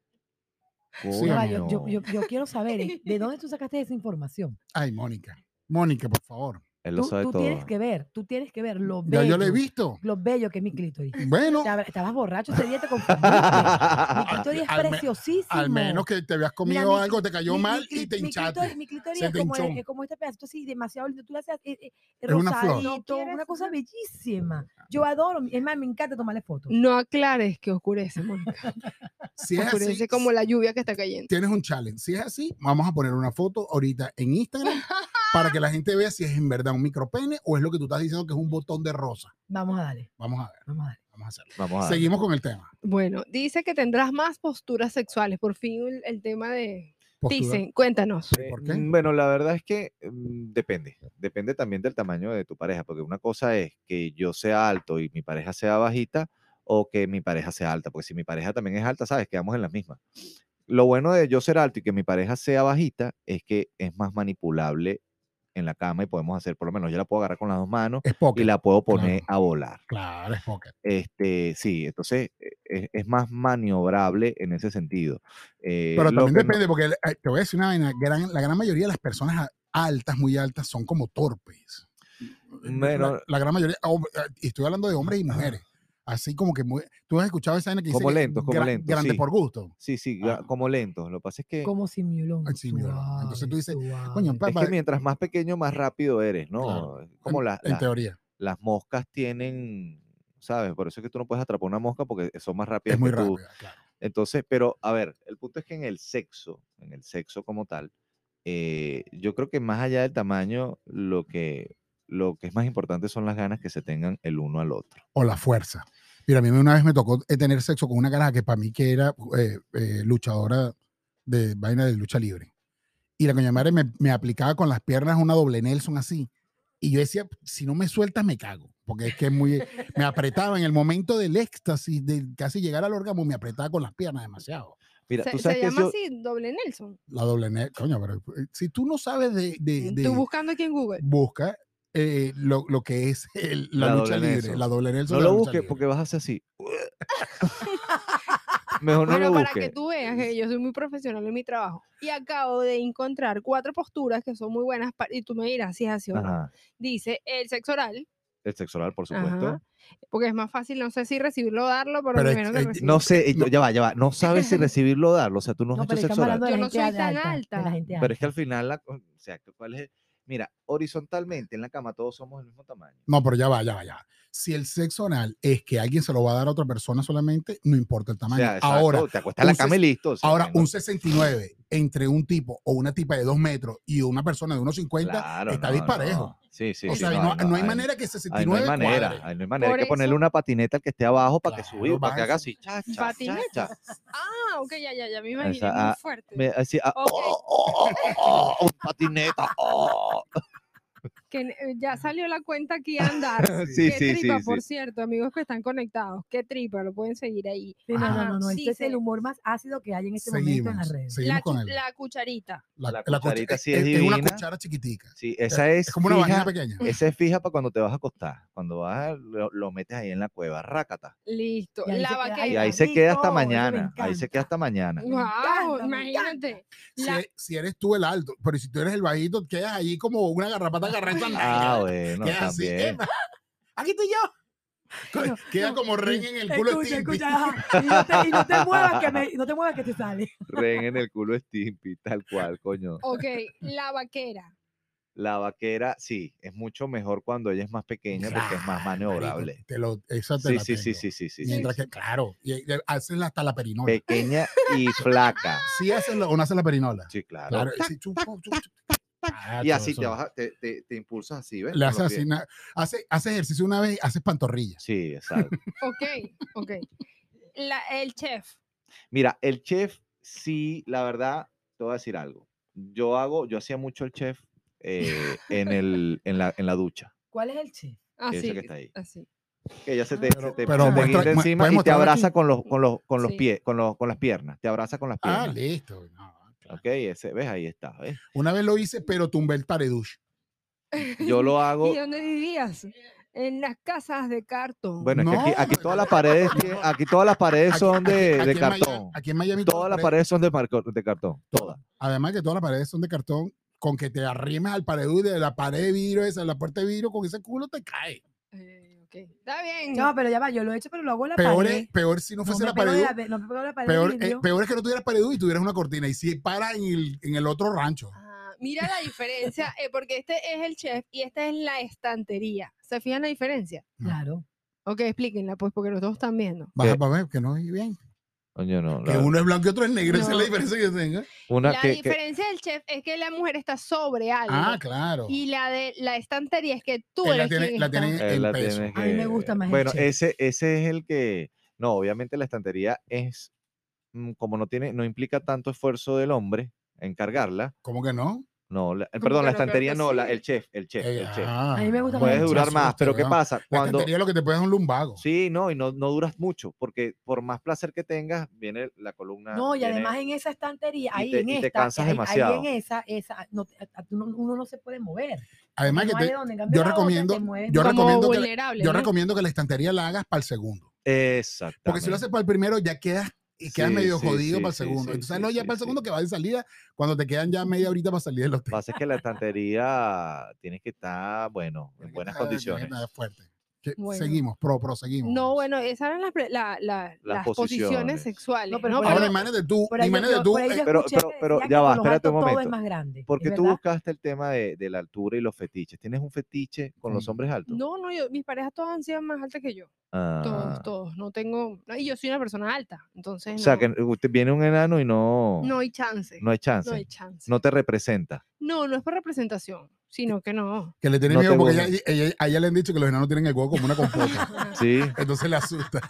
[SPEAKER 2] Ya va, yo, yo-
[SPEAKER 4] coño,
[SPEAKER 2] yo- yo quiero saber, ¿eh? ¿de dónde tú sacaste esa información?
[SPEAKER 1] Ay, Mónica. Mónica, por favor.
[SPEAKER 4] él (laughs) lo
[SPEAKER 2] Tú,
[SPEAKER 4] sabe
[SPEAKER 2] tú
[SPEAKER 4] todo.
[SPEAKER 2] tienes
[SPEAKER 4] (laughs)
[SPEAKER 2] que ver, tú tienes que ver lo
[SPEAKER 1] Ya
[SPEAKER 2] bello,
[SPEAKER 1] yo lo he visto.
[SPEAKER 2] lo bello que es mi clítoris.
[SPEAKER 1] Bueno,
[SPEAKER 2] Te abra- Estabas borracho ese día, te
[SPEAKER 4] (laughs)
[SPEAKER 2] confundiste. Mi clítoris es
[SPEAKER 1] al me-
[SPEAKER 2] preciosísimo.
[SPEAKER 1] al menos que te habías
[SPEAKER 2] Mira,
[SPEAKER 1] comido
[SPEAKER 2] mi-
[SPEAKER 1] algo, te cayó
[SPEAKER 2] Mi- mi
[SPEAKER 1] mal y
[SPEAKER 2] clí-
[SPEAKER 1] te
[SPEAKER 2] mi clítoris-
[SPEAKER 1] hinchaste.
[SPEAKER 2] Mi clítoris
[SPEAKER 1] Se
[SPEAKER 2] es
[SPEAKER 1] te
[SPEAKER 2] como,
[SPEAKER 1] hinchó.
[SPEAKER 2] es como este pedacito así, demasiado lindo. Tú le haces eh, eh,
[SPEAKER 1] Es una flor. No
[SPEAKER 2] rosadito,
[SPEAKER 3] quieres
[SPEAKER 2] una cosa bellísima. Yo adoro, es más, me encanta tomarle fotos.
[SPEAKER 3] No aclares que oscurece, Mónica.
[SPEAKER 1] Si es
[SPEAKER 3] oscurece
[SPEAKER 1] así,
[SPEAKER 3] como la lluvia que está cayendo.
[SPEAKER 1] tienes un challenge. Si es así, vamos a poner una foto ahorita en Instagram para que la gente vea si es en verdad un micropene o es lo que tú estás diciendo que es un botón de rosa.
[SPEAKER 2] Vamos a darle,
[SPEAKER 1] Vamos a ver,
[SPEAKER 2] vamos a darle.
[SPEAKER 1] vamos a hacerlo.
[SPEAKER 4] Vamos a...
[SPEAKER 1] Seguimos con el tema.
[SPEAKER 3] Bueno, dice que tendrás más posturas sexuales. Por fin el, el tema de...
[SPEAKER 1] Postura.
[SPEAKER 3] Dicen, cuéntanos.
[SPEAKER 1] ¿Y
[SPEAKER 4] Eh,
[SPEAKER 1] por qué?
[SPEAKER 4] mm, Bueno, la verdad es que mm, depende. Depende también del tamaño de tu pareja, porque una cosa es que yo sea alto y mi pareja sea bajita o que mi pareja sea alta, porque si mi pareja también es alta, sabes, quedamos en las mismas. Lo bueno de yo ser alto y que mi pareja sea bajita es que es más manipulable en la cama y podemos hacer, por lo menos yo la puedo agarrar con las dos manos
[SPEAKER 1] Es
[SPEAKER 4] y
[SPEAKER 1] pocket.
[SPEAKER 4] la puedo poner
[SPEAKER 1] claro.
[SPEAKER 4] a volar.
[SPEAKER 1] Claro, es pocket.
[SPEAKER 4] Este, sí, entonces eh, es, es más maniobrable en ese sentido. Eh,
[SPEAKER 1] Pero
[SPEAKER 4] lo
[SPEAKER 1] también
[SPEAKER 4] que no-
[SPEAKER 1] depende, porque eh, te voy a decir una vaina, gran- la gran mayoría de las personas a- altas, muy altas, son como torpes. La-
[SPEAKER 4] Bueno.
[SPEAKER 1] la, gran mayoría, ah, hom- ah, y estoy hablando de hombres y mujeres, así como que muy- tú has escuchado esa vaina que dice
[SPEAKER 4] Como
[SPEAKER 1] que
[SPEAKER 4] lentos, como lentos,
[SPEAKER 1] grande
[SPEAKER 4] sí.
[SPEAKER 1] por gusto.
[SPEAKER 4] Sí, sí, ga-
[SPEAKER 1] Ajá.
[SPEAKER 4] como lentos. Lo que pasa es que
[SPEAKER 2] Como simulón.
[SPEAKER 1] Eh, Ay, simulón. Entonces tú dices,
[SPEAKER 2] suave,
[SPEAKER 1] coño,
[SPEAKER 2] suave.
[SPEAKER 1] pa-
[SPEAKER 4] Es que mientras más pequeño, más rápido eres, ¿no?
[SPEAKER 1] Claro,
[SPEAKER 4] Es Como
[SPEAKER 1] en-
[SPEAKER 4] la-
[SPEAKER 1] en
[SPEAKER 4] la-
[SPEAKER 1] teoría.
[SPEAKER 4] las moscas tienen, ¿sabes? Por eso es que tú no puedes atrapar una mosca porque son más rápidas
[SPEAKER 1] Es muy
[SPEAKER 4] que tú.
[SPEAKER 1] rápida, claro.
[SPEAKER 4] Entonces, pero a ver, el punto es que en el sexo, en el sexo como tal, eh, yo creo que más allá del tamaño, lo que, lo que es más importante son las ganas que se tengan el uno al otro.
[SPEAKER 1] o la fuerza. Mira, a mí una vez me tocó eh, tener sexo con una caraja que para mí que era eh, eh, luchadora de vaina de lucha libre. Y la coña madre me, me aplicaba con las piernas una doble Nelson así. Y yo decía, si no me sueltas, me cago. Porque es que es muy. Me apretaba en el momento del éxtasis, de casi llegar al orgasmo, me apretaba con las piernas demasiado.
[SPEAKER 4] Mira,
[SPEAKER 3] se
[SPEAKER 4] tú
[SPEAKER 3] se
[SPEAKER 4] sabes que
[SPEAKER 3] llama
[SPEAKER 4] eso-
[SPEAKER 3] así, doble Nelson.
[SPEAKER 1] La doble Nelson, coño, pero eh, si tú no sabes de. de- de-
[SPEAKER 3] Tú buscando aquí en Google.
[SPEAKER 1] busca eh, lo, lo que es el- la,
[SPEAKER 4] La
[SPEAKER 1] lucha
[SPEAKER 4] doble
[SPEAKER 1] libre,
[SPEAKER 4] Nelson.
[SPEAKER 1] la doble Nelson.
[SPEAKER 4] no
[SPEAKER 1] de la
[SPEAKER 4] lo
[SPEAKER 1] lucha
[SPEAKER 4] busques
[SPEAKER 1] libre.
[SPEAKER 4] porque vas a hacer
[SPEAKER 3] (laughs)
[SPEAKER 4] así. Mejor no
[SPEAKER 3] bueno,
[SPEAKER 4] lo
[SPEAKER 3] para que
[SPEAKER 4] busques.
[SPEAKER 3] tú veas que yo soy muy profesional en mi trabajo y acabo de encontrar cuatro posturas que son muy buenas pa- y tú me dirás si es así o no.
[SPEAKER 4] Ajá,
[SPEAKER 3] Dice el sexo oral,
[SPEAKER 4] El sexo oral, por
[SPEAKER 3] ajá,
[SPEAKER 4] supuesto.
[SPEAKER 3] porque es más fácil, no sé si recibirlo o darlo, pero,
[SPEAKER 1] Pero es-
[SPEAKER 3] primero que
[SPEAKER 1] eh,
[SPEAKER 3] recibir.
[SPEAKER 4] No sé, eh,
[SPEAKER 1] No.
[SPEAKER 4] ya va, ya va. No sabes
[SPEAKER 3] (laughs)
[SPEAKER 4] si recibirlo o darlo. O sea, tú no has
[SPEAKER 2] No,
[SPEAKER 4] hecho
[SPEAKER 2] pero
[SPEAKER 4] sexo
[SPEAKER 2] estamos
[SPEAKER 4] oral.
[SPEAKER 2] hablando de la
[SPEAKER 3] Yo no
[SPEAKER 2] gente
[SPEAKER 3] soy tan
[SPEAKER 2] de la
[SPEAKER 3] alta.
[SPEAKER 2] gente
[SPEAKER 4] Pero es que al
[SPEAKER 2] alta.
[SPEAKER 4] final, la, o sea, ¿cuál es? Mira, horizontalmente en la cama todos somos del mismo tamaño.
[SPEAKER 1] No, pero ya va, ya va, ya. va. Si el sexo anal es que alguien se lo va a dar a otra persona solamente, no importa el
[SPEAKER 4] O
[SPEAKER 1] tamaño.
[SPEAKER 4] sea, exacto,
[SPEAKER 1] ahora,
[SPEAKER 4] te acuestas en la
[SPEAKER 1] un
[SPEAKER 4] cama y
[SPEAKER 1] ses-
[SPEAKER 4] listo. o sea,
[SPEAKER 1] ahora
[SPEAKER 4] no-
[SPEAKER 1] un 69 entre un tipo o una tipa de 2 metros y una persona de 1,50
[SPEAKER 4] Claro,
[SPEAKER 1] está
[SPEAKER 4] no,
[SPEAKER 1] disparejo.
[SPEAKER 4] no. Sí, sí.
[SPEAKER 1] o
[SPEAKER 4] sí,
[SPEAKER 1] sea, no, no hay
[SPEAKER 4] ahí-
[SPEAKER 1] manera que
[SPEAKER 4] ahí no
[SPEAKER 1] 69
[SPEAKER 4] hay manera,
[SPEAKER 1] cuadre.
[SPEAKER 4] ahí no hay manera. Hay
[SPEAKER 3] Por
[SPEAKER 4] que ponerle
[SPEAKER 3] eso-
[SPEAKER 4] una patineta al que esté abajo para que
[SPEAKER 1] Claro,
[SPEAKER 4] suba, para que haga
[SPEAKER 1] vas-
[SPEAKER 4] así. Cha, cha, cha,
[SPEAKER 3] Patineta.
[SPEAKER 4] cha.
[SPEAKER 3] Ah, ok, ya, ya, ya me imaginé
[SPEAKER 4] Esa-
[SPEAKER 3] muy
[SPEAKER 4] ah,
[SPEAKER 3] fuerte.
[SPEAKER 4] Me- así, ah,
[SPEAKER 3] Ok.
[SPEAKER 4] oh, oh, oh, oh, un patineta.
[SPEAKER 3] (laughs)
[SPEAKER 4] oh.
[SPEAKER 3] Que ne- ya salió la cuenta aquí a andar.
[SPEAKER 4] Sí,
[SPEAKER 3] Qué
[SPEAKER 4] sí, sí,
[SPEAKER 3] tripa,
[SPEAKER 4] sí.
[SPEAKER 3] por cierto, amigos que están conectados. Qué tripa, lo pueden seguir ahí.
[SPEAKER 2] Sí, no, no,
[SPEAKER 3] Ajá,
[SPEAKER 2] no, no,
[SPEAKER 3] sí,
[SPEAKER 2] Este es el
[SPEAKER 3] se-
[SPEAKER 2] humor más ácido que hay en este momento en
[SPEAKER 1] Seguimos,
[SPEAKER 2] las redes.
[SPEAKER 1] seguimos
[SPEAKER 3] La,
[SPEAKER 1] con
[SPEAKER 3] cu-
[SPEAKER 1] él.
[SPEAKER 3] la cucharita.
[SPEAKER 1] La,
[SPEAKER 4] La
[SPEAKER 1] la cuch-
[SPEAKER 4] cucharita
[SPEAKER 1] es,
[SPEAKER 4] sí es
[SPEAKER 1] es una
[SPEAKER 4] divina.
[SPEAKER 1] cuchara chiquitica.
[SPEAKER 4] Sí, esa es,
[SPEAKER 1] Es como una vagina
[SPEAKER 4] fija,
[SPEAKER 1] pequeña.
[SPEAKER 4] Esa es fija para cuando te vas a acostar. Cuando vas, a- lo, lo metes ahí en la cueva, rácata.
[SPEAKER 3] Listo.
[SPEAKER 2] Y ahí se
[SPEAKER 3] La
[SPEAKER 2] queda ahí
[SPEAKER 3] vaquera.
[SPEAKER 4] Y
[SPEAKER 2] Qué
[SPEAKER 4] ahí se queda
[SPEAKER 2] rico,
[SPEAKER 4] hasta
[SPEAKER 2] eso me
[SPEAKER 4] mañana. Ahí se queda hasta mañana.
[SPEAKER 2] Me encanta,
[SPEAKER 3] Wow,
[SPEAKER 2] me
[SPEAKER 3] imagínate.
[SPEAKER 1] Si,
[SPEAKER 3] La-
[SPEAKER 1] e- si eres tú el alto, pero si tú eres el bajito, quedas ahí como una garrapata agarrada en sandalias. (laughs)
[SPEAKER 4] Ah, bueno,
[SPEAKER 1] Queda así,
[SPEAKER 4] también.
[SPEAKER 1] "Epa, (laughs) Aquí estoy
[SPEAKER 4] (laughs)
[SPEAKER 1] yo. eh, Co-
[SPEAKER 2] No,
[SPEAKER 1] Queda
[SPEAKER 2] no,
[SPEAKER 1] como rey
[SPEAKER 2] y-
[SPEAKER 1] en el
[SPEAKER 4] este
[SPEAKER 1] culo este de
[SPEAKER 2] escucha,
[SPEAKER 1] Stimpy.
[SPEAKER 2] escucha, ajá, y no te, y no te muevas que me- y no te muevas que te sale.
[SPEAKER 4] Ren en el culo Stimpy, tal cual, coño.
[SPEAKER 3] Ok, la vaquera.
[SPEAKER 4] La vaquera, sí, es mucho mejor cuando ella es más pequeña porque es
[SPEAKER 1] Claro,
[SPEAKER 4] más
[SPEAKER 1] marico,
[SPEAKER 4] maniobrable.
[SPEAKER 1] Te lo, esa te
[SPEAKER 4] Sí,
[SPEAKER 1] la
[SPEAKER 4] sí, sí,
[SPEAKER 1] tengo.
[SPEAKER 4] sí, sí, Eh, sí. sí,
[SPEAKER 1] Mientras
[SPEAKER 4] sí.
[SPEAKER 1] que, claro, y, y haces hasta la perinola.
[SPEAKER 4] Pequeña y flaca.
[SPEAKER 1] Sí haces la- o no haces la perinola.
[SPEAKER 4] Sí, claro.
[SPEAKER 1] Claro. sí, chu, chu, chu, chu. Ah,
[SPEAKER 4] Y
[SPEAKER 1] todo
[SPEAKER 4] así
[SPEAKER 1] eso.
[SPEAKER 4] te, vas a- te, te- te impulsas así, ¿ves?
[SPEAKER 1] Le
[SPEAKER 4] Con
[SPEAKER 1] haces
[SPEAKER 4] los
[SPEAKER 1] así,
[SPEAKER 4] pies.
[SPEAKER 1] na- hace, hace ejercicio una vez y haces pantorrillas.
[SPEAKER 4] Sí, exacto.
[SPEAKER 3] Ok, ok. La, el chef.
[SPEAKER 4] Mira, el chef, sí, la verdad, te voy a decir algo. Yo hago, yo hacía mucho el chef eh, en, el, en, la, en la ducha,
[SPEAKER 2] ¿Cuál es el chef?
[SPEAKER 4] que
[SPEAKER 3] Así.
[SPEAKER 4] ese que está ahí.
[SPEAKER 3] Así.
[SPEAKER 4] Que ella se te, se te,
[SPEAKER 1] Ah, pero
[SPEAKER 4] se te
[SPEAKER 1] muestra-
[SPEAKER 4] guinda
[SPEAKER 1] mu-
[SPEAKER 4] encima
[SPEAKER 1] ¿puedes
[SPEAKER 4] y te
[SPEAKER 1] mostrarlo aquí?
[SPEAKER 4] abraza con los, con los, con los
[SPEAKER 3] Sí.
[SPEAKER 4] pies, con, los, con las piernas. Te abraza con las
[SPEAKER 1] Ah,
[SPEAKER 4] piernas.
[SPEAKER 1] listo. no, claro.
[SPEAKER 4] ok, ese, ves, ahí está, ¿ves?
[SPEAKER 1] Una vez lo hice, pero tumbé el paredush. (laughs)
[SPEAKER 4] Yo lo hago.
[SPEAKER 3] ¿Y dónde vivías? En las casas de cartón.
[SPEAKER 4] Bueno, es que aquí,
[SPEAKER 1] No,
[SPEAKER 4] aquí
[SPEAKER 1] no,
[SPEAKER 4] todas
[SPEAKER 1] no.
[SPEAKER 4] las paredes, tie- aquí todas las paredes
[SPEAKER 1] Aquí-
[SPEAKER 4] son
[SPEAKER 1] aquí-
[SPEAKER 4] de,
[SPEAKER 1] aquí
[SPEAKER 4] de
[SPEAKER 1] en Miami-
[SPEAKER 4] cartón.
[SPEAKER 1] Aquí en Miami
[SPEAKER 4] Todas las paredes son de, marco- de cartón. Todas.
[SPEAKER 1] Además que todas las paredes son de cartón, con que te arrimes al paredú de la pared de vidrio esa, la puerta de vidrio, con ese culo te cae.
[SPEAKER 3] Eh, ok. Está bien.
[SPEAKER 2] No, pero ya va, yo lo he hecho, pero lo hago en la
[SPEAKER 1] Peor
[SPEAKER 2] pared.
[SPEAKER 1] es, peor si no
[SPEAKER 2] No
[SPEAKER 1] fuese
[SPEAKER 2] me
[SPEAKER 1] la
[SPEAKER 2] pego de
[SPEAKER 1] paredú.
[SPEAKER 2] la pe- no me pego de la pared.
[SPEAKER 1] Peor,
[SPEAKER 2] de
[SPEAKER 1] eh,
[SPEAKER 2] vidrio.
[SPEAKER 1] peor es que no tuvieras paredú y tuvieras una cortina. Y si para en el, en el otro rancho.
[SPEAKER 3] Ah, mira la diferencia, eh, porque este es el chef y esta es la estantería. ¿Se fijan la diferencia?
[SPEAKER 2] Claro.
[SPEAKER 3] Ok, explíquenla, pues, porque los dos están viendo.
[SPEAKER 1] Baja
[SPEAKER 4] Que-
[SPEAKER 1] para ver que no es bien.
[SPEAKER 4] Coño, no.
[SPEAKER 1] Que
[SPEAKER 4] la-
[SPEAKER 1] uno es blanco y otro es negro. Esa es
[SPEAKER 3] No.
[SPEAKER 1] la diferencia que yo tengo.
[SPEAKER 4] una
[SPEAKER 3] la
[SPEAKER 4] que- que-
[SPEAKER 3] diferencia del chef es que la mujer está sobre algo.
[SPEAKER 1] Ah, claro.
[SPEAKER 3] Y la de la estantería es que tú
[SPEAKER 1] Él la
[SPEAKER 3] eres
[SPEAKER 1] tiene,
[SPEAKER 3] quien
[SPEAKER 1] la
[SPEAKER 3] está.
[SPEAKER 1] tiene
[SPEAKER 4] Eh,
[SPEAKER 1] en
[SPEAKER 4] la
[SPEAKER 1] peso.
[SPEAKER 4] tienes
[SPEAKER 2] A mí me
[SPEAKER 4] que-
[SPEAKER 2] gusta más el
[SPEAKER 4] Bueno,
[SPEAKER 2] chef.
[SPEAKER 4] ese, ese es el que. No, obviamente la estantería es mm, como no tiene, no implica tanto esfuerzo del hombre en cargarla.
[SPEAKER 1] ¿Cómo que no?
[SPEAKER 4] No, la- eh,
[SPEAKER 3] ¿Cómo
[SPEAKER 4] perdón,
[SPEAKER 3] que
[SPEAKER 4] la
[SPEAKER 3] no? Claro
[SPEAKER 4] estantería
[SPEAKER 3] que
[SPEAKER 4] no, la-
[SPEAKER 3] sí.
[SPEAKER 4] el chef, el chef,
[SPEAKER 1] Eh,
[SPEAKER 4] el chef.
[SPEAKER 1] ah,
[SPEAKER 2] A mí me gusta más
[SPEAKER 4] Puedes
[SPEAKER 2] el
[SPEAKER 4] durar
[SPEAKER 2] chef,
[SPEAKER 4] más, pero ¿qué pasa?
[SPEAKER 1] La
[SPEAKER 4] Cuando
[SPEAKER 1] estantería lo que te puede es un lumbago.
[SPEAKER 4] sí, no, y no, no duras mucho, porque por más placer que tengas, viene la columna.
[SPEAKER 2] No, y
[SPEAKER 4] viene-
[SPEAKER 2] además en esa estantería,
[SPEAKER 4] y
[SPEAKER 2] ahí
[SPEAKER 4] te-
[SPEAKER 2] en
[SPEAKER 4] y te
[SPEAKER 2] esta,
[SPEAKER 4] cansas
[SPEAKER 2] ahí- ahí
[SPEAKER 4] demasiado.
[SPEAKER 2] en esa, esa, no, a- a- uno, uno no se puede mover.
[SPEAKER 1] Además que
[SPEAKER 2] no
[SPEAKER 1] te-
[SPEAKER 2] hay de dónde. En cambio,
[SPEAKER 1] yo
[SPEAKER 2] la otra te
[SPEAKER 1] recomiendo-
[SPEAKER 2] mueves.
[SPEAKER 1] yo
[SPEAKER 3] como
[SPEAKER 1] recomiendo que-
[SPEAKER 3] vulnerable.
[SPEAKER 1] yo
[SPEAKER 3] ¿no?
[SPEAKER 1] recomiendo que la estantería la hagas para el segundo.
[SPEAKER 4] Exactamente.
[SPEAKER 1] Porque si lo haces para el primero, ya quedas y quedas
[SPEAKER 4] Sí,
[SPEAKER 1] medio
[SPEAKER 4] sí,
[SPEAKER 1] jodido
[SPEAKER 4] sí,
[SPEAKER 1] para el
[SPEAKER 4] sí, sí,
[SPEAKER 1] segundo. Entonces, ah,
[SPEAKER 4] sí,
[SPEAKER 1] no, ya
[SPEAKER 4] sí,
[SPEAKER 1] para el
[SPEAKER 4] sí.
[SPEAKER 1] segundo que va de salida, cuando te quedan ya media horita para salir del
[SPEAKER 4] Lo que
[SPEAKER 1] (laughs) hotel.
[SPEAKER 4] pasa es que la estantería tiene que estar, bueno, en buenas
[SPEAKER 1] Tienes que
[SPEAKER 4] condiciones.
[SPEAKER 1] estar fuerte. Que
[SPEAKER 3] Bueno.
[SPEAKER 1] Seguimos, pro, proseguimos.
[SPEAKER 3] No, bueno, esas eran las, pre- la- la- las, posiciones.
[SPEAKER 4] posiciones.
[SPEAKER 3] sexuales.
[SPEAKER 2] No, pero
[SPEAKER 3] ¿no?
[SPEAKER 2] por
[SPEAKER 3] Pero-
[SPEAKER 1] Ahora imagínate tú,
[SPEAKER 2] Por ahí yo-
[SPEAKER 1] imagínate
[SPEAKER 2] yo-
[SPEAKER 1] tú.
[SPEAKER 2] por ahí yo
[SPEAKER 1] eh,
[SPEAKER 4] Pero-
[SPEAKER 2] escuché que
[SPEAKER 4] pero- pero
[SPEAKER 2] decían que
[SPEAKER 4] ya
[SPEAKER 2] con
[SPEAKER 4] va,
[SPEAKER 2] los
[SPEAKER 4] espérate
[SPEAKER 2] altos
[SPEAKER 4] un
[SPEAKER 2] Todo es
[SPEAKER 4] momento.
[SPEAKER 2] más grande. ¿es
[SPEAKER 4] Porque tú
[SPEAKER 2] verdad?
[SPEAKER 4] buscaste el tema de, de la altura y los fetiches. ¿Tienes un fetiche con los
[SPEAKER 1] Sí.
[SPEAKER 4] hombres altos?
[SPEAKER 3] No, no, yo- mis parejas todas han sido más altas que yo. Todos,
[SPEAKER 4] Ah.
[SPEAKER 3] todos. No tengo. no, Y yo soy una persona alta. Entonces.
[SPEAKER 4] O sea,
[SPEAKER 3] no,
[SPEAKER 4] que usted viene un enano y no,
[SPEAKER 3] no hay chance.
[SPEAKER 4] no hay chance.
[SPEAKER 3] No
[SPEAKER 4] No,
[SPEAKER 3] hay chance.
[SPEAKER 4] te representa.
[SPEAKER 3] No, no es por representación, sino que no.
[SPEAKER 1] Que le tiene
[SPEAKER 4] No
[SPEAKER 1] miedo
[SPEAKER 4] te
[SPEAKER 1] porque ella,
[SPEAKER 4] burles.
[SPEAKER 1] ella- a ella le han dicho que los enanos tienen el huevo como una compota.
[SPEAKER 4] Sí.
[SPEAKER 1] (laughs) Entonces le asusta.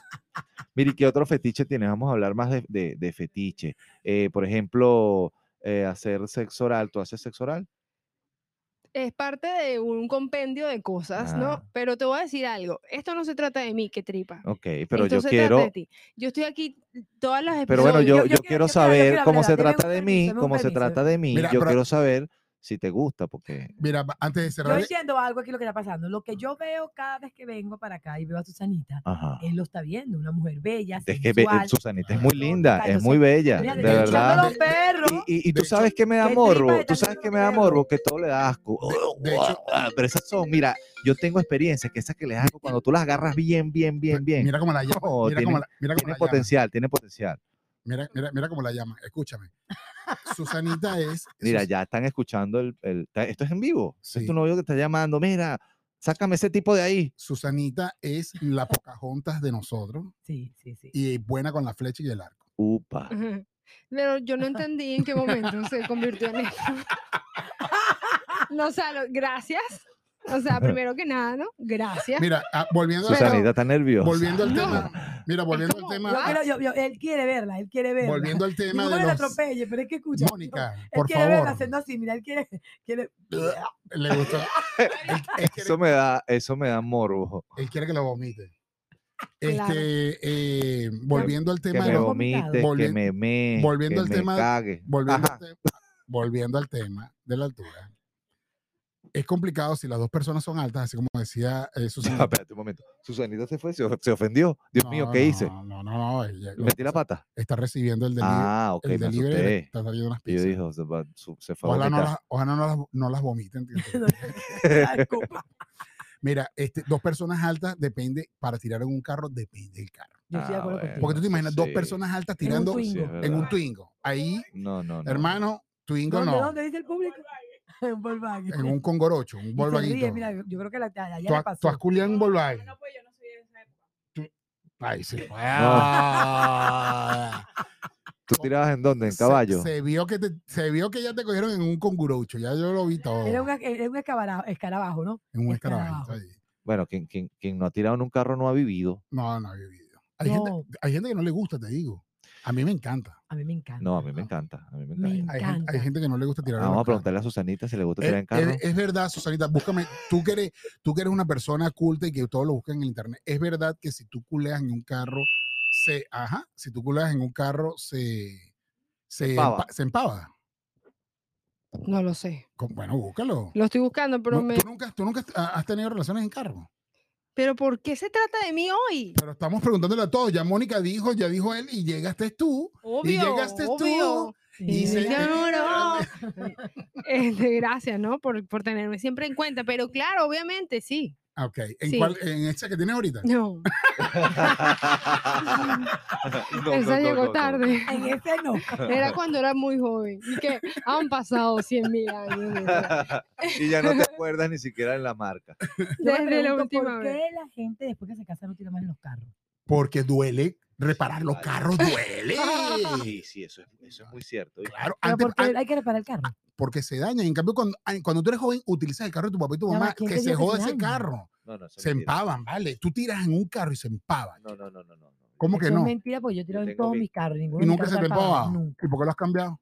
[SPEAKER 4] Mire, ¿y ¿qué otro fetiche tienes? Vamos a hablar más de, de- de fetiche. Eh, por ejemplo, eh, hacer sexo oral. ¿Tú haces sexo oral?
[SPEAKER 3] (laughs) Es parte de un compendio de cosas, ¿no?
[SPEAKER 4] Ah.
[SPEAKER 3] Pero te voy a decir algo. Esto no se trata de mí, que tripa.
[SPEAKER 4] Ok, pero
[SPEAKER 3] Esto
[SPEAKER 4] yo
[SPEAKER 3] se trata
[SPEAKER 4] quiero.
[SPEAKER 3] de ti. Yo estoy aquí mm, todas las
[SPEAKER 4] Pero bueno,
[SPEAKER 3] episodios.
[SPEAKER 4] yo,
[SPEAKER 2] yo- yo
[SPEAKER 4] yo
[SPEAKER 2] quiero- yo quiero-
[SPEAKER 4] quiero
[SPEAKER 2] yo
[SPEAKER 4] saber
[SPEAKER 2] quiero
[SPEAKER 4] cómo se
[SPEAKER 2] hablar, deme un
[SPEAKER 4] trata de
[SPEAKER 2] permiso,
[SPEAKER 4] mí,
[SPEAKER 2] deme un
[SPEAKER 4] cómo se
[SPEAKER 2] permiso.
[SPEAKER 4] trata de mí.
[SPEAKER 1] Mira,
[SPEAKER 4] Yo
[SPEAKER 1] pero-
[SPEAKER 4] quiero saber si te gusta, porque.
[SPEAKER 1] Mira, pa- antes de
[SPEAKER 2] Yo
[SPEAKER 1] cerrar,
[SPEAKER 2] diciendo algo aquí lo que está pasando. Lo que yo veo cada vez que vengo para acá y veo a Susanita,
[SPEAKER 4] Ajá.
[SPEAKER 2] él lo está viendo, una mujer bella,
[SPEAKER 4] Es que ve-
[SPEAKER 2] sensual.
[SPEAKER 4] Susanita es
[SPEAKER 1] Ah,
[SPEAKER 4] muy
[SPEAKER 2] no,
[SPEAKER 4] linda,
[SPEAKER 2] tal,
[SPEAKER 4] es
[SPEAKER 2] no
[SPEAKER 4] muy
[SPEAKER 2] sé.
[SPEAKER 4] bella,
[SPEAKER 2] Mira,
[SPEAKER 4] de
[SPEAKER 1] de-
[SPEAKER 4] verdad.
[SPEAKER 2] echándolo perros.
[SPEAKER 4] Y, y- y
[SPEAKER 1] De
[SPEAKER 4] tú
[SPEAKER 1] hecho,
[SPEAKER 4] sabes que me da
[SPEAKER 2] qué tripa de
[SPEAKER 4] morbo, tú
[SPEAKER 2] tan
[SPEAKER 4] sabes
[SPEAKER 2] lindo
[SPEAKER 4] que
[SPEAKER 2] que
[SPEAKER 4] me da
[SPEAKER 2] eres.
[SPEAKER 4] morbo, que todo le da asco.
[SPEAKER 1] de hecho-
[SPEAKER 4] (laughs) Ah, pero esas son, mira, yo tengo experiencias que esas que les hago cuando tú las agarras bien, bien, bien, bien.
[SPEAKER 1] Pues, mira cómo la llama.
[SPEAKER 4] No,
[SPEAKER 1] mira,
[SPEAKER 4] tiene-
[SPEAKER 1] cómo la, mira cómo
[SPEAKER 4] tiene
[SPEAKER 1] la llama.
[SPEAKER 4] potencial, tiene potencial.
[SPEAKER 1] Mira, mira, mira cómo la llama.
[SPEAKER 2] (laughs)
[SPEAKER 1] Escúchame. Susanita es.
[SPEAKER 4] Mira,
[SPEAKER 1] Sus-
[SPEAKER 4] ya están escuchando el, el- está- esto es en vivo.
[SPEAKER 1] Sí.
[SPEAKER 4] Es tu novio que está llamando, mira, sácame ese tipo de ahí.
[SPEAKER 1] Susanita es la Pocahontas de nosotros
[SPEAKER 2] Sí, sí, sí.
[SPEAKER 1] y buena con la flecha y el arco.
[SPEAKER 4] Upa. (laughs)
[SPEAKER 3] Ajá. (laughs) Pero yo no entendí en qué momento se convirtió en esto. (laughs) No, o sea, lo- gracias. O sea, primero que nada, ¿no? Gracias.
[SPEAKER 1] Mira, ah, volviendo, al-
[SPEAKER 4] Susanita está nerviosa.
[SPEAKER 1] volviendo al
[SPEAKER 3] No.
[SPEAKER 1] tema. Mira, volviendo al
[SPEAKER 3] como,
[SPEAKER 1] tema.
[SPEAKER 2] Yo quiero- yo- yo- él quiere verla, él quiere verla.
[SPEAKER 1] Volviendo al
[SPEAKER 2] Y
[SPEAKER 1] tema
[SPEAKER 2] no
[SPEAKER 1] de
[SPEAKER 2] me la
[SPEAKER 1] los.
[SPEAKER 2] atropelle, pero es que escucha.
[SPEAKER 1] Mónica,
[SPEAKER 2] Él
[SPEAKER 1] por
[SPEAKER 2] quiere verla
[SPEAKER 1] favor.
[SPEAKER 2] haciendo así, mira, él quiere. quiere (laughs)
[SPEAKER 1] Le gustó. Él, él quiere,
[SPEAKER 4] Eso me da, eso me da morbo.
[SPEAKER 1] él quiere que lo vomite. Este,
[SPEAKER 3] Claro.
[SPEAKER 1] eh, volviendo al
[SPEAKER 4] Que
[SPEAKER 1] tema de
[SPEAKER 4] me
[SPEAKER 1] los,
[SPEAKER 2] lo vomitado.
[SPEAKER 4] vomite, que
[SPEAKER 1] Volvi-
[SPEAKER 4] me me,
[SPEAKER 1] volviendo
[SPEAKER 4] que
[SPEAKER 1] al
[SPEAKER 4] me
[SPEAKER 1] tema-
[SPEAKER 4] cague.
[SPEAKER 1] Volviendo,
[SPEAKER 4] Ajá.
[SPEAKER 1] al tema, volviendo al tema de la altura. Es complicado si las dos personas son altas, así como decía eh,
[SPEAKER 4] (laughs) No,
[SPEAKER 1] Susana.
[SPEAKER 4] espérate un momento. Susanita se fue, se, of- se ofendió. Dios mío,
[SPEAKER 1] No,
[SPEAKER 4] ¿qué hice?
[SPEAKER 1] No, no, no. no, ella- lo-
[SPEAKER 4] Metí la pata.
[SPEAKER 1] Está recibiendo el delivery.
[SPEAKER 4] Ah, ok,
[SPEAKER 1] el
[SPEAKER 4] me
[SPEAKER 1] delivery le
[SPEAKER 4] asusté.
[SPEAKER 1] está trayendo unas
[SPEAKER 4] Y yo
[SPEAKER 1] pizzas.
[SPEAKER 4] dijo, se, va- su- se fue a
[SPEAKER 1] ojalá no
[SPEAKER 4] vomitar.
[SPEAKER 1] las, ojalá no las, no las vomiten. tío.
[SPEAKER 2] disculpa.
[SPEAKER 1] Mira, este, dos personas altas depende, para tirar en un carro, depende del carro.
[SPEAKER 2] Yo estoy de
[SPEAKER 4] Ah,
[SPEAKER 2] acuerdo
[SPEAKER 4] bueno.
[SPEAKER 1] Porque
[SPEAKER 2] contigo.
[SPEAKER 1] tú te imaginas dos
[SPEAKER 4] Sí.
[SPEAKER 1] personas altas
[SPEAKER 2] En un
[SPEAKER 1] tirando
[SPEAKER 2] Twingo.
[SPEAKER 4] Sí, es
[SPEAKER 1] en un
[SPEAKER 4] verdad.
[SPEAKER 1] Twingo. Ahí,
[SPEAKER 4] No, no, no.
[SPEAKER 1] hermano, Twingo
[SPEAKER 2] ¿Dónde,
[SPEAKER 1] no.
[SPEAKER 2] ¿Dónde dice el público? En (laughs) Volkswagen.
[SPEAKER 1] En un Congorocho, un
[SPEAKER 2] Y se ríe,
[SPEAKER 1] Volvaguito.
[SPEAKER 2] mira, yo- yo creo que la, ya,
[SPEAKER 1] ¿Tú,
[SPEAKER 2] ya le
[SPEAKER 1] has- tú has
[SPEAKER 2] pasó.
[SPEAKER 1] culiado en un Volkswagen?
[SPEAKER 5] pues yo no soy de esa época.
[SPEAKER 1] Ay, sí.
[SPEAKER 2] (laughs)
[SPEAKER 4] ¿Tú tirabas en dónde? Ah. ¿En
[SPEAKER 1] Se-
[SPEAKER 4] caballo?
[SPEAKER 1] Ah. Se, vio que te- se vio que ya te cogieron en un congorocho. Ya yo lo vi todo.
[SPEAKER 2] Era un, era un escabara- escarabajo, ¿no?
[SPEAKER 1] en un
[SPEAKER 2] escarabajo.
[SPEAKER 1] escarabajito ahí.
[SPEAKER 4] Bueno, quien, quien, quien no ha tirado en un carro no ha vivido.
[SPEAKER 1] No, no había vivido. Hay,
[SPEAKER 2] No.
[SPEAKER 1] gente, hay gente que no le gusta, te digo. A mí me encanta.
[SPEAKER 2] A mí me encanta.
[SPEAKER 4] No, a mí me encanta. A mí me
[SPEAKER 2] Me
[SPEAKER 4] encanta.
[SPEAKER 1] Hay, gente, hay
[SPEAKER 2] encanta.
[SPEAKER 1] gente que no le gusta tirar.
[SPEAKER 4] Ah,
[SPEAKER 1] en los
[SPEAKER 4] vamos a
[SPEAKER 1] carros.
[SPEAKER 4] preguntarle a Susanita si le gusta
[SPEAKER 1] Eh,
[SPEAKER 4] tirar en carro. (laughs)
[SPEAKER 1] Es, es verdad, Susanita, búscame. Tú que, eres, tú que eres una persona culta y que todos lo buscan en el internet. Es verdad que si tú culeas en un carro, se. Ajá, si tú culeas en un carro, se. Se
[SPEAKER 4] empava.
[SPEAKER 1] empa- se empava.
[SPEAKER 3] No lo sé.
[SPEAKER 1] Com- Bueno, búscalo.
[SPEAKER 3] Lo estoy buscando, pero,
[SPEAKER 1] No,
[SPEAKER 3] me-
[SPEAKER 1] ¿Tú nunca, tú nunca has- has tenido relaciones en carro?
[SPEAKER 3] pero ¿por qué se trata de mí hoy?
[SPEAKER 1] Pero estamos preguntándole a todos. Ya Mónica dijo, ya dijo él, y llegaste tú.
[SPEAKER 3] Obvio.
[SPEAKER 1] llegaste tú
[SPEAKER 3] obvio.
[SPEAKER 1] Y
[SPEAKER 3] Sí,
[SPEAKER 1] se-
[SPEAKER 3] claro. (laughs) Este, gracias, ¿no? Por, por tenerme siempre en cuenta. Pero claro, obviamente, sí.
[SPEAKER 1] Ah, Ok. ¿En,
[SPEAKER 3] Sí.
[SPEAKER 1] cuál, ¿En esa que tienes ahorita?
[SPEAKER 3] No,
[SPEAKER 4] (laughs) No,
[SPEAKER 3] esa
[SPEAKER 4] no, no,
[SPEAKER 3] llegó
[SPEAKER 4] no, no.
[SPEAKER 3] tarde.
[SPEAKER 2] En ese
[SPEAKER 5] (laughs)
[SPEAKER 2] no.
[SPEAKER 3] Era cuando era muy joven. Y que han pasado 100 mil años. desde-
[SPEAKER 4] y ya no
[SPEAKER 3] (laughs)
[SPEAKER 4] te acuerdas ni siquiera de la marca.
[SPEAKER 2] Yo me
[SPEAKER 3] Desde la
[SPEAKER 2] pregunto,
[SPEAKER 3] última
[SPEAKER 2] ¿Por
[SPEAKER 3] vez.
[SPEAKER 2] qué la gente después que se casa no tira más en los carros?
[SPEAKER 1] Porque duele. Reparar los carros
[SPEAKER 4] (laughs)
[SPEAKER 1] duele.
[SPEAKER 4] Sí, sí, eso es, eso es muy cierto. ¿viste?
[SPEAKER 1] Claro,
[SPEAKER 2] Pero
[SPEAKER 1] antes,
[SPEAKER 2] porque
[SPEAKER 1] an-
[SPEAKER 2] hay que reparar el carro.
[SPEAKER 1] porque se daña. En cambio, cuando, ay, cuando tú eres joven, utilizas el carro de tu papá y tu
[SPEAKER 2] Ya va,
[SPEAKER 1] mamá,
[SPEAKER 2] ¿quién
[SPEAKER 1] que
[SPEAKER 2] te
[SPEAKER 1] se
[SPEAKER 2] dijo que
[SPEAKER 1] joda
[SPEAKER 2] se
[SPEAKER 1] ese
[SPEAKER 2] daña?
[SPEAKER 1] carro.
[SPEAKER 4] No, no, eso es
[SPEAKER 1] Se
[SPEAKER 4] mentira.
[SPEAKER 1] empaban, ¿vale? Tú tiras en un carro y se empava.
[SPEAKER 4] No, no, no, no, no. no.
[SPEAKER 1] ¿Cómo que
[SPEAKER 2] Eso
[SPEAKER 1] no?
[SPEAKER 2] Es mentira, porque yo tiro en
[SPEAKER 4] tengo
[SPEAKER 2] todos
[SPEAKER 4] vi-
[SPEAKER 2] mis carros.
[SPEAKER 1] Y
[SPEAKER 2] Ninguno de mis
[SPEAKER 1] nunca
[SPEAKER 2] carros
[SPEAKER 1] se te
[SPEAKER 2] está pagado,
[SPEAKER 1] empava.
[SPEAKER 2] Nunca,
[SPEAKER 1] ¿Y por qué lo has cambiado?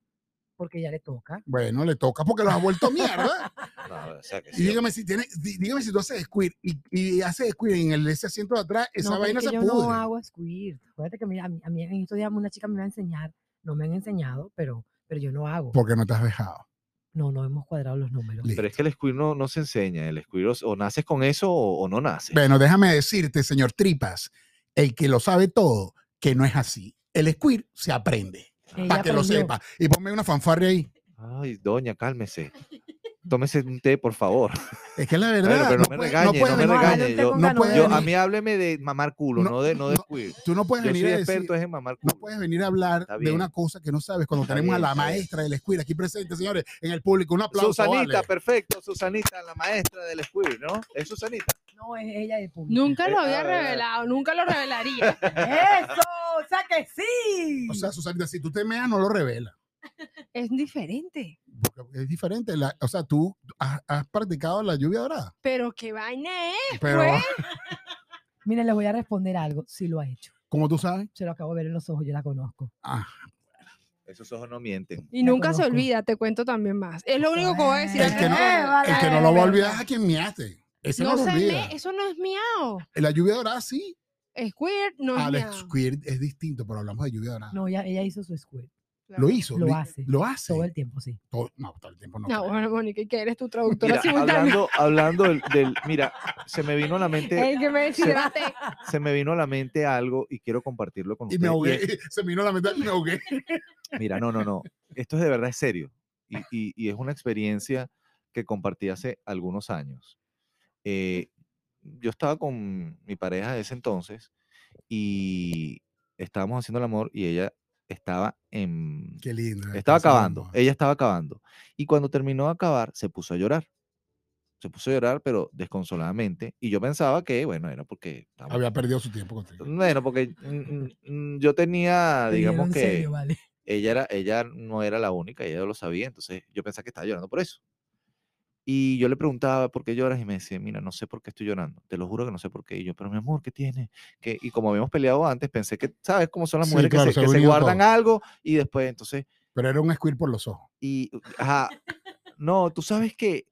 [SPEAKER 2] porque ya le toca.
[SPEAKER 1] Bueno, le toca porque lo has vuelto mierda.
[SPEAKER 2] (laughs)
[SPEAKER 4] No, o sea que
[SPEAKER 1] Y
[SPEAKER 4] sí,
[SPEAKER 1] dígame si, tiene, dí- dígame si tú haces squid y, y haces squid en el, ese asiento de atrás, (laughs) esa
[SPEAKER 2] no, pero es
[SPEAKER 1] vaina
[SPEAKER 2] que
[SPEAKER 1] se
[SPEAKER 2] yo
[SPEAKER 1] pudre.
[SPEAKER 2] no hago squirt. Acuérdate que mira, a mí, a mí en estos días una chica me iba a enseñar. No me han enseñado, pero, pero yo no hago.
[SPEAKER 1] Porque no te has dejado.
[SPEAKER 2] No, no hemos cuadrado los números.
[SPEAKER 1] Listo.
[SPEAKER 4] Pero es que el squid no, no se enseña. El squid o, o naces con eso o, o no naces.
[SPEAKER 1] Bueno, déjame decirte, señor Tripas, el que lo sabe todo, que no es así. El squid se aprende,
[SPEAKER 2] Ella
[SPEAKER 1] para que lo
[SPEAKER 2] aprendió.
[SPEAKER 1] sepa. Y ponme una fanfarria ahí. (laughs)
[SPEAKER 4] Ay, doña, cálmese. Tómese un té, por favor.
[SPEAKER 1] Es que la
[SPEAKER 4] Bueno,
[SPEAKER 1] verdad.
[SPEAKER 4] pero no, me
[SPEAKER 1] puedes-
[SPEAKER 4] regañe, no,
[SPEAKER 1] puedes
[SPEAKER 4] me
[SPEAKER 1] venir-
[SPEAKER 2] regañe.
[SPEAKER 4] regañe. Yo,
[SPEAKER 2] No
[SPEAKER 1] No puedes
[SPEAKER 4] yo-
[SPEAKER 1] venir-
[SPEAKER 4] a mí hábleme de mamar culo, no,
[SPEAKER 1] No,
[SPEAKER 4] de no de
[SPEAKER 1] no,
[SPEAKER 4] queer.
[SPEAKER 1] Tú no puedes
[SPEAKER 4] Yo
[SPEAKER 1] venir
[SPEAKER 4] soy
[SPEAKER 1] a decir.
[SPEAKER 4] experto es en mamar
[SPEAKER 1] No
[SPEAKER 4] culo.
[SPEAKER 1] puedes venir a hablar
[SPEAKER 4] Está
[SPEAKER 1] de
[SPEAKER 4] bien.
[SPEAKER 1] una cosa que no sabes cuando
[SPEAKER 4] Está
[SPEAKER 1] tenemos
[SPEAKER 4] bien,
[SPEAKER 1] a la
[SPEAKER 4] está bien.
[SPEAKER 1] maestra del Squid aquí presente, señores. En el público, un aplauso.
[SPEAKER 4] Susanita,
[SPEAKER 1] vale.
[SPEAKER 4] perfecto, Susanita, la maestra del squid, ¿no? Es Susanita.
[SPEAKER 2] No, es ella de público.
[SPEAKER 3] Nunca lo
[SPEAKER 4] Eh, a
[SPEAKER 3] había
[SPEAKER 4] ver, a ver.
[SPEAKER 3] revelado, nunca lo revelaría.
[SPEAKER 2] (laughs) ¡Eso! ¡O sea que sí!
[SPEAKER 1] O sea, Susanita, si tú te meas, no lo revela.
[SPEAKER 3] Es diferente.
[SPEAKER 1] Porque es diferente. la- o sea, tú has, has practicado la lluvia dorada.
[SPEAKER 3] Pero qué vaina es.
[SPEAKER 1] Pero, ah,
[SPEAKER 3] Pues.
[SPEAKER 2] Miren, les voy a responder algo. Sí lo ha hecho.
[SPEAKER 1] como tú sabes,
[SPEAKER 2] Se lo acabo de ver en los ojos, yo la conozco.
[SPEAKER 1] ah,
[SPEAKER 4] Esos ojos no mienten.
[SPEAKER 3] Y
[SPEAKER 2] La
[SPEAKER 3] nunca se
[SPEAKER 2] conozco.
[SPEAKER 3] olvida, te cuento también más. Es lo único que voy a decir.
[SPEAKER 1] El
[SPEAKER 3] al
[SPEAKER 1] que no-
[SPEAKER 3] respecto.
[SPEAKER 2] Vale,
[SPEAKER 1] el que no
[SPEAKER 2] vale,
[SPEAKER 1] lo va a
[SPEAKER 2] vale.
[SPEAKER 1] olvidar es a quien measte. Ese no,
[SPEAKER 3] No
[SPEAKER 1] lo
[SPEAKER 3] se
[SPEAKER 1] olvida.
[SPEAKER 3] me- eso no es miau.
[SPEAKER 1] La lluvia dorada sí.
[SPEAKER 3] Es queer, no es
[SPEAKER 1] Al
[SPEAKER 3] miau.
[SPEAKER 1] Squid Ah, es distinto, pero hablamos de lluvia dorada.
[SPEAKER 2] No, ella, ella hizo su squirt.
[SPEAKER 1] lo hizo.
[SPEAKER 2] Lo
[SPEAKER 1] li-
[SPEAKER 2] hace.
[SPEAKER 1] Lo hace.
[SPEAKER 2] Todo el tiempo, sí.
[SPEAKER 1] Todo- no, todo el tiempo no.
[SPEAKER 3] No,
[SPEAKER 1] creo.
[SPEAKER 3] bueno, Mónica, ¿y que eres tu
[SPEAKER 4] Mira,
[SPEAKER 3] traductora simultánea.
[SPEAKER 4] hablando, hablando del, del- mira, se me vino
[SPEAKER 1] (laughs)
[SPEAKER 4] a la mente,
[SPEAKER 3] El que me deshidrate.
[SPEAKER 4] se me vino a la mente algo y quiero compartirlo con
[SPEAKER 1] y
[SPEAKER 4] ustedes.
[SPEAKER 1] me
[SPEAKER 4] y
[SPEAKER 1] ahogué.
[SPEAKER 4] es-
[SPEAKER 1] (laughs) Se me vino la mente y me ahogué.
[SPEAKER 4] Mira, no, no, no. Esto es de verdad es serio. Y, y- y es una experiencia que compartí hace algunos años. Eh, yo estaba con mi pareja de ese entonces y estábamos haciendo el amor y ella estaba en...
[SPEAKER 1] Qué lindo. eh,
[SPEAKER 4] Estaba
[SPEAKER 1] pensar en
[SPEAKER 4] acabando.
[SPEAKER 1] amor.
[SPEAKER 4] Ella estaba acabando. Y cuando terminó de acabar, se puso a llorar. Se puso a llorar, pero desconsoladamente. Y yo pensaba que, bueno, era porque... estábamos-
[SPEAKER 1] Había perdido su tiempo contigo.
[SPEAKER 4] Bueno, porque mm, mm, mm, yo
[SPEAKER 1] Ah,
[SPEAKER 4] tenía,
[SPEAKER 2] Te dieron
[SPEAKER 4] digamos que
[SPEAKER 1] (laughs)
[SPEAKER 2] serio, vale. (laughs)
[SPEAKER 4] ella, era, ella no era la única, ella lo sabía, entonces yo pensaba que estaba llorando por eso. Y yo le preguntaba por qué lloras y me decía, mira, no sé por qué estoy llorando, te lo juro que no sé por qué. Y yo, pero mi amor, ¿qué tiene? ¿Qué-?" Y como habíamos peleado antes, pensé que, ¿sabes cómo son las
[SPEAKER 1] Sí,
[SPEAKER 4] mujeres que
[SPEAKER 1] claro, se
[SPEAKER 4] se- que se
[SPEAKER 1] unió
[SPEAKER 4] guardan
[SPEAKER 1] todo.
[SPEAKER 4] algo y después, entonces,
[SPEAKER 1] Pero era un squid por los ojos.
[SPEAKER 4] y, ajá, no, tú sabes que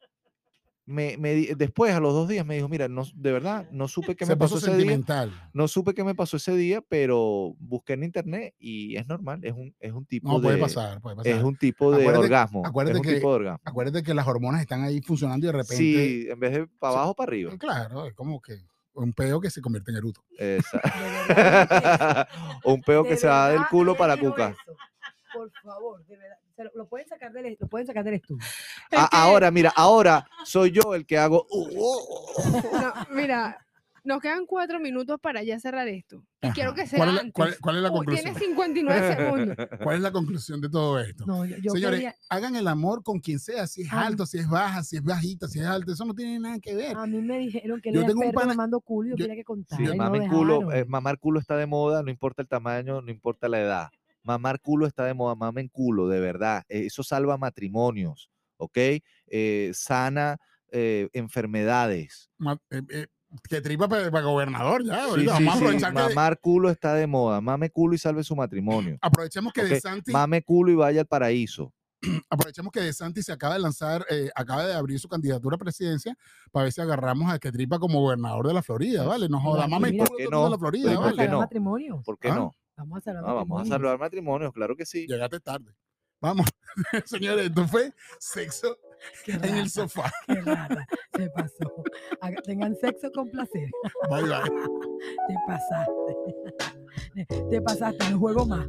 [SPEAKER 4] me, me di- después, a los dos días, me dijo, mira, no, de verdad, no supe qué
[SPEAKER 1] se
[SPEAKER 4] me pasó
[SPEAKER 1] puso
[SPEAKER 4] ese día.
[SPEAKER 1] sentimental.
[SPEAKER 4] No supe qué me pasó ese día, pero busqué en internet y es normal, es un, es un tipo
[SPEAKER 1] No,
[SPEAKER 4] de...
[SPEAKER 1] puede pasar, puede pasar.
[SPEAKER 4] Es un tipo de
[SPEAKER 1] Acuérdate-
[SPEAKER 4] orgasmo.
[SPEAKER 1] acuérdate
[SPEAKER 4] es un
[SPEAKER 1] que
[SPEAKER 4] tipo de orgasmo.
[SPEAKER 1] Acuérdate que las hormonas están ahí funcionando y de repente.
[SPEAKER 4] Sí, en vez de para
[SPEAKER 1] Sí.
[SPEAKER 4] abajo, para arriba.
[SPEAKER 1] Claro, es como que un pedo que se convierte en eruto.
[SPEAKER 2] (laughs)
[SPEAKER 4] Esa-
[SPEAKER 2] De verdad,
[SPEAKER 4] un peo
[SPEAKER 2] de
[SPEAKER 4] que se va del
[SPEAKER 2] verdad
[SPEAKER 4] culo
[SPEAKER 2] le
[SPEAKER 4] para
[SPEAKER 2] digo
[SPEAKER 4] cuca.
[SPEAKER 2] eso. Por favor, de verdad. se lo, lo pueden sacar del, lo pueden sacar del estudio.
[SPEAKER 4] A- Ah, ahora, mira, ahora soy yo el que hago. uh, uh, uh.
[SPEAKER 3] No, mira, nos quedan cuatro minutos para ya cerrar esto. Y quiero
[SPEAKER 1] Ajá.
[SPEAKER 3] que sea
[SPEAKER 1] ¿Cuál es la,
[SPEAKER 3] antes.
[SPEAKER 1] cuál- cuál es la
[SPEAKER 3] Uy,
[SPEAKER 1] conclusión?
[SPEAKER 3] Tienes 59 segundos.
[SPEAKER 1] ¿Cuál es la conclusión de todo esto?
[SPEAKER 2] No, yo, yo
[SPEAKER 1] Señores,
[SPEAKER 2] quería-
[SPEAKER 1] hagan el amor con quien sea, si es
[SPEAKER 3] Ah.
[SPEAKER 2] Ay.
[SPEAKER 1] alto, si es baja, si es bajita, si es alto, eso no tiene nada que ver.
[SPEAKER 2] a mí me dijeron que
[SPEAKER 1] eh, yo
[SPEAKER 2] era
[SPEAKER 1] tengo un
[SPEAKER 2] perro
[SPEAKER 1] pana-
[SPEAKER 2] mamando culo y yo
[SPEAKER 1] yo-
[SPEAKER 2] quería que contara.
[SPEAKER 4] Sí,
[SPEAKER 2] y no
[SPEAKER 4] mamen culo, eh,
[SPEAKER 2] dejaron.
[SPEAKER 4] mamar culo está de moda, no importa el tamaño, no importa la edad. Mamar culo está de moda, mamen culo, de verdad. eh, Eso salva matrimonios, ¿ok? Eh, sana eh, enfermedades.
[SPEAKER 1] Ma- eh, eh, que tripa para, gobernador ya.
[SPEAKER 4] Sí,
[SPEAKER 1] ahorita
[SPEAKER 4] sí,
[SPEAKER 1] vamos a
[SPEAKER 4] sí,
[SPEAKER 1] aprovechar que,
[SPEAKER 4] Mamar culo está de moda, mame culo y salve su matrimonio.
[SPEAKER 1] Ah, aprovechemos que
[SPEAKER 4] ok,
[SPEAKER 1] De Santi,
[SPEAKER 4] Mame culo y vaya al paraíso.
[SPEAKER 1] aprovechemos que De Santi se acaba de lanzar, eh, acaba de abrir su candidatura a presidencia para ver si agarramos a que tripa como gobernador de la Florida, ¿vale? Nos joda,
[SPEAKER 2] Mira,
[SPEAKER 1] mames,
[SPEAKER 2] mira.
[SPEAKER 1] culo
[SPEAKER 4] ¿Por qué
[SPEAKER 1] todo el mundo
[SPEAKER 4] no?
[SPEAKER 1] de la Florida,
[SPEAKER 4] Oye,
[SPEAKER 2] Vamos a
[SPEAKER 4] ¿por qué
[SPEAKER 1] ¿vale?
[SPEAKER 2] salvar
[SPEAKER 4] no?
[SPEAKER 2] matrimonios.
[SPEAKER 4] ¿Por qué
[SPEAKER 1] ¿Ah?
[SPEAKER 4] no?
[SPEAKER 2] Vamos a salvar
[SPEAKER 4] Ah, vamos a
[SPEAKER 2] matrimonios.
[SPEAKER 4] salvar matrimonios, claro que sí.
[SPEAKER 1] Llegaste tarde. Vamos, (laughs) señores, esto fue sexo
[SPEAKER 2] Qué
[SPEAKER 1] en el
[SPEAKER 2] rata,
[SPEAKER 1] sofá.
[SPEAKER 2] qué rata, Se pasó. Haga- Tengan sexo con placer.
[SPEAKER 1] Bye, bye.
[SPEAKER 2] Te (laughs) pasaste. Te pasaste, no juego más.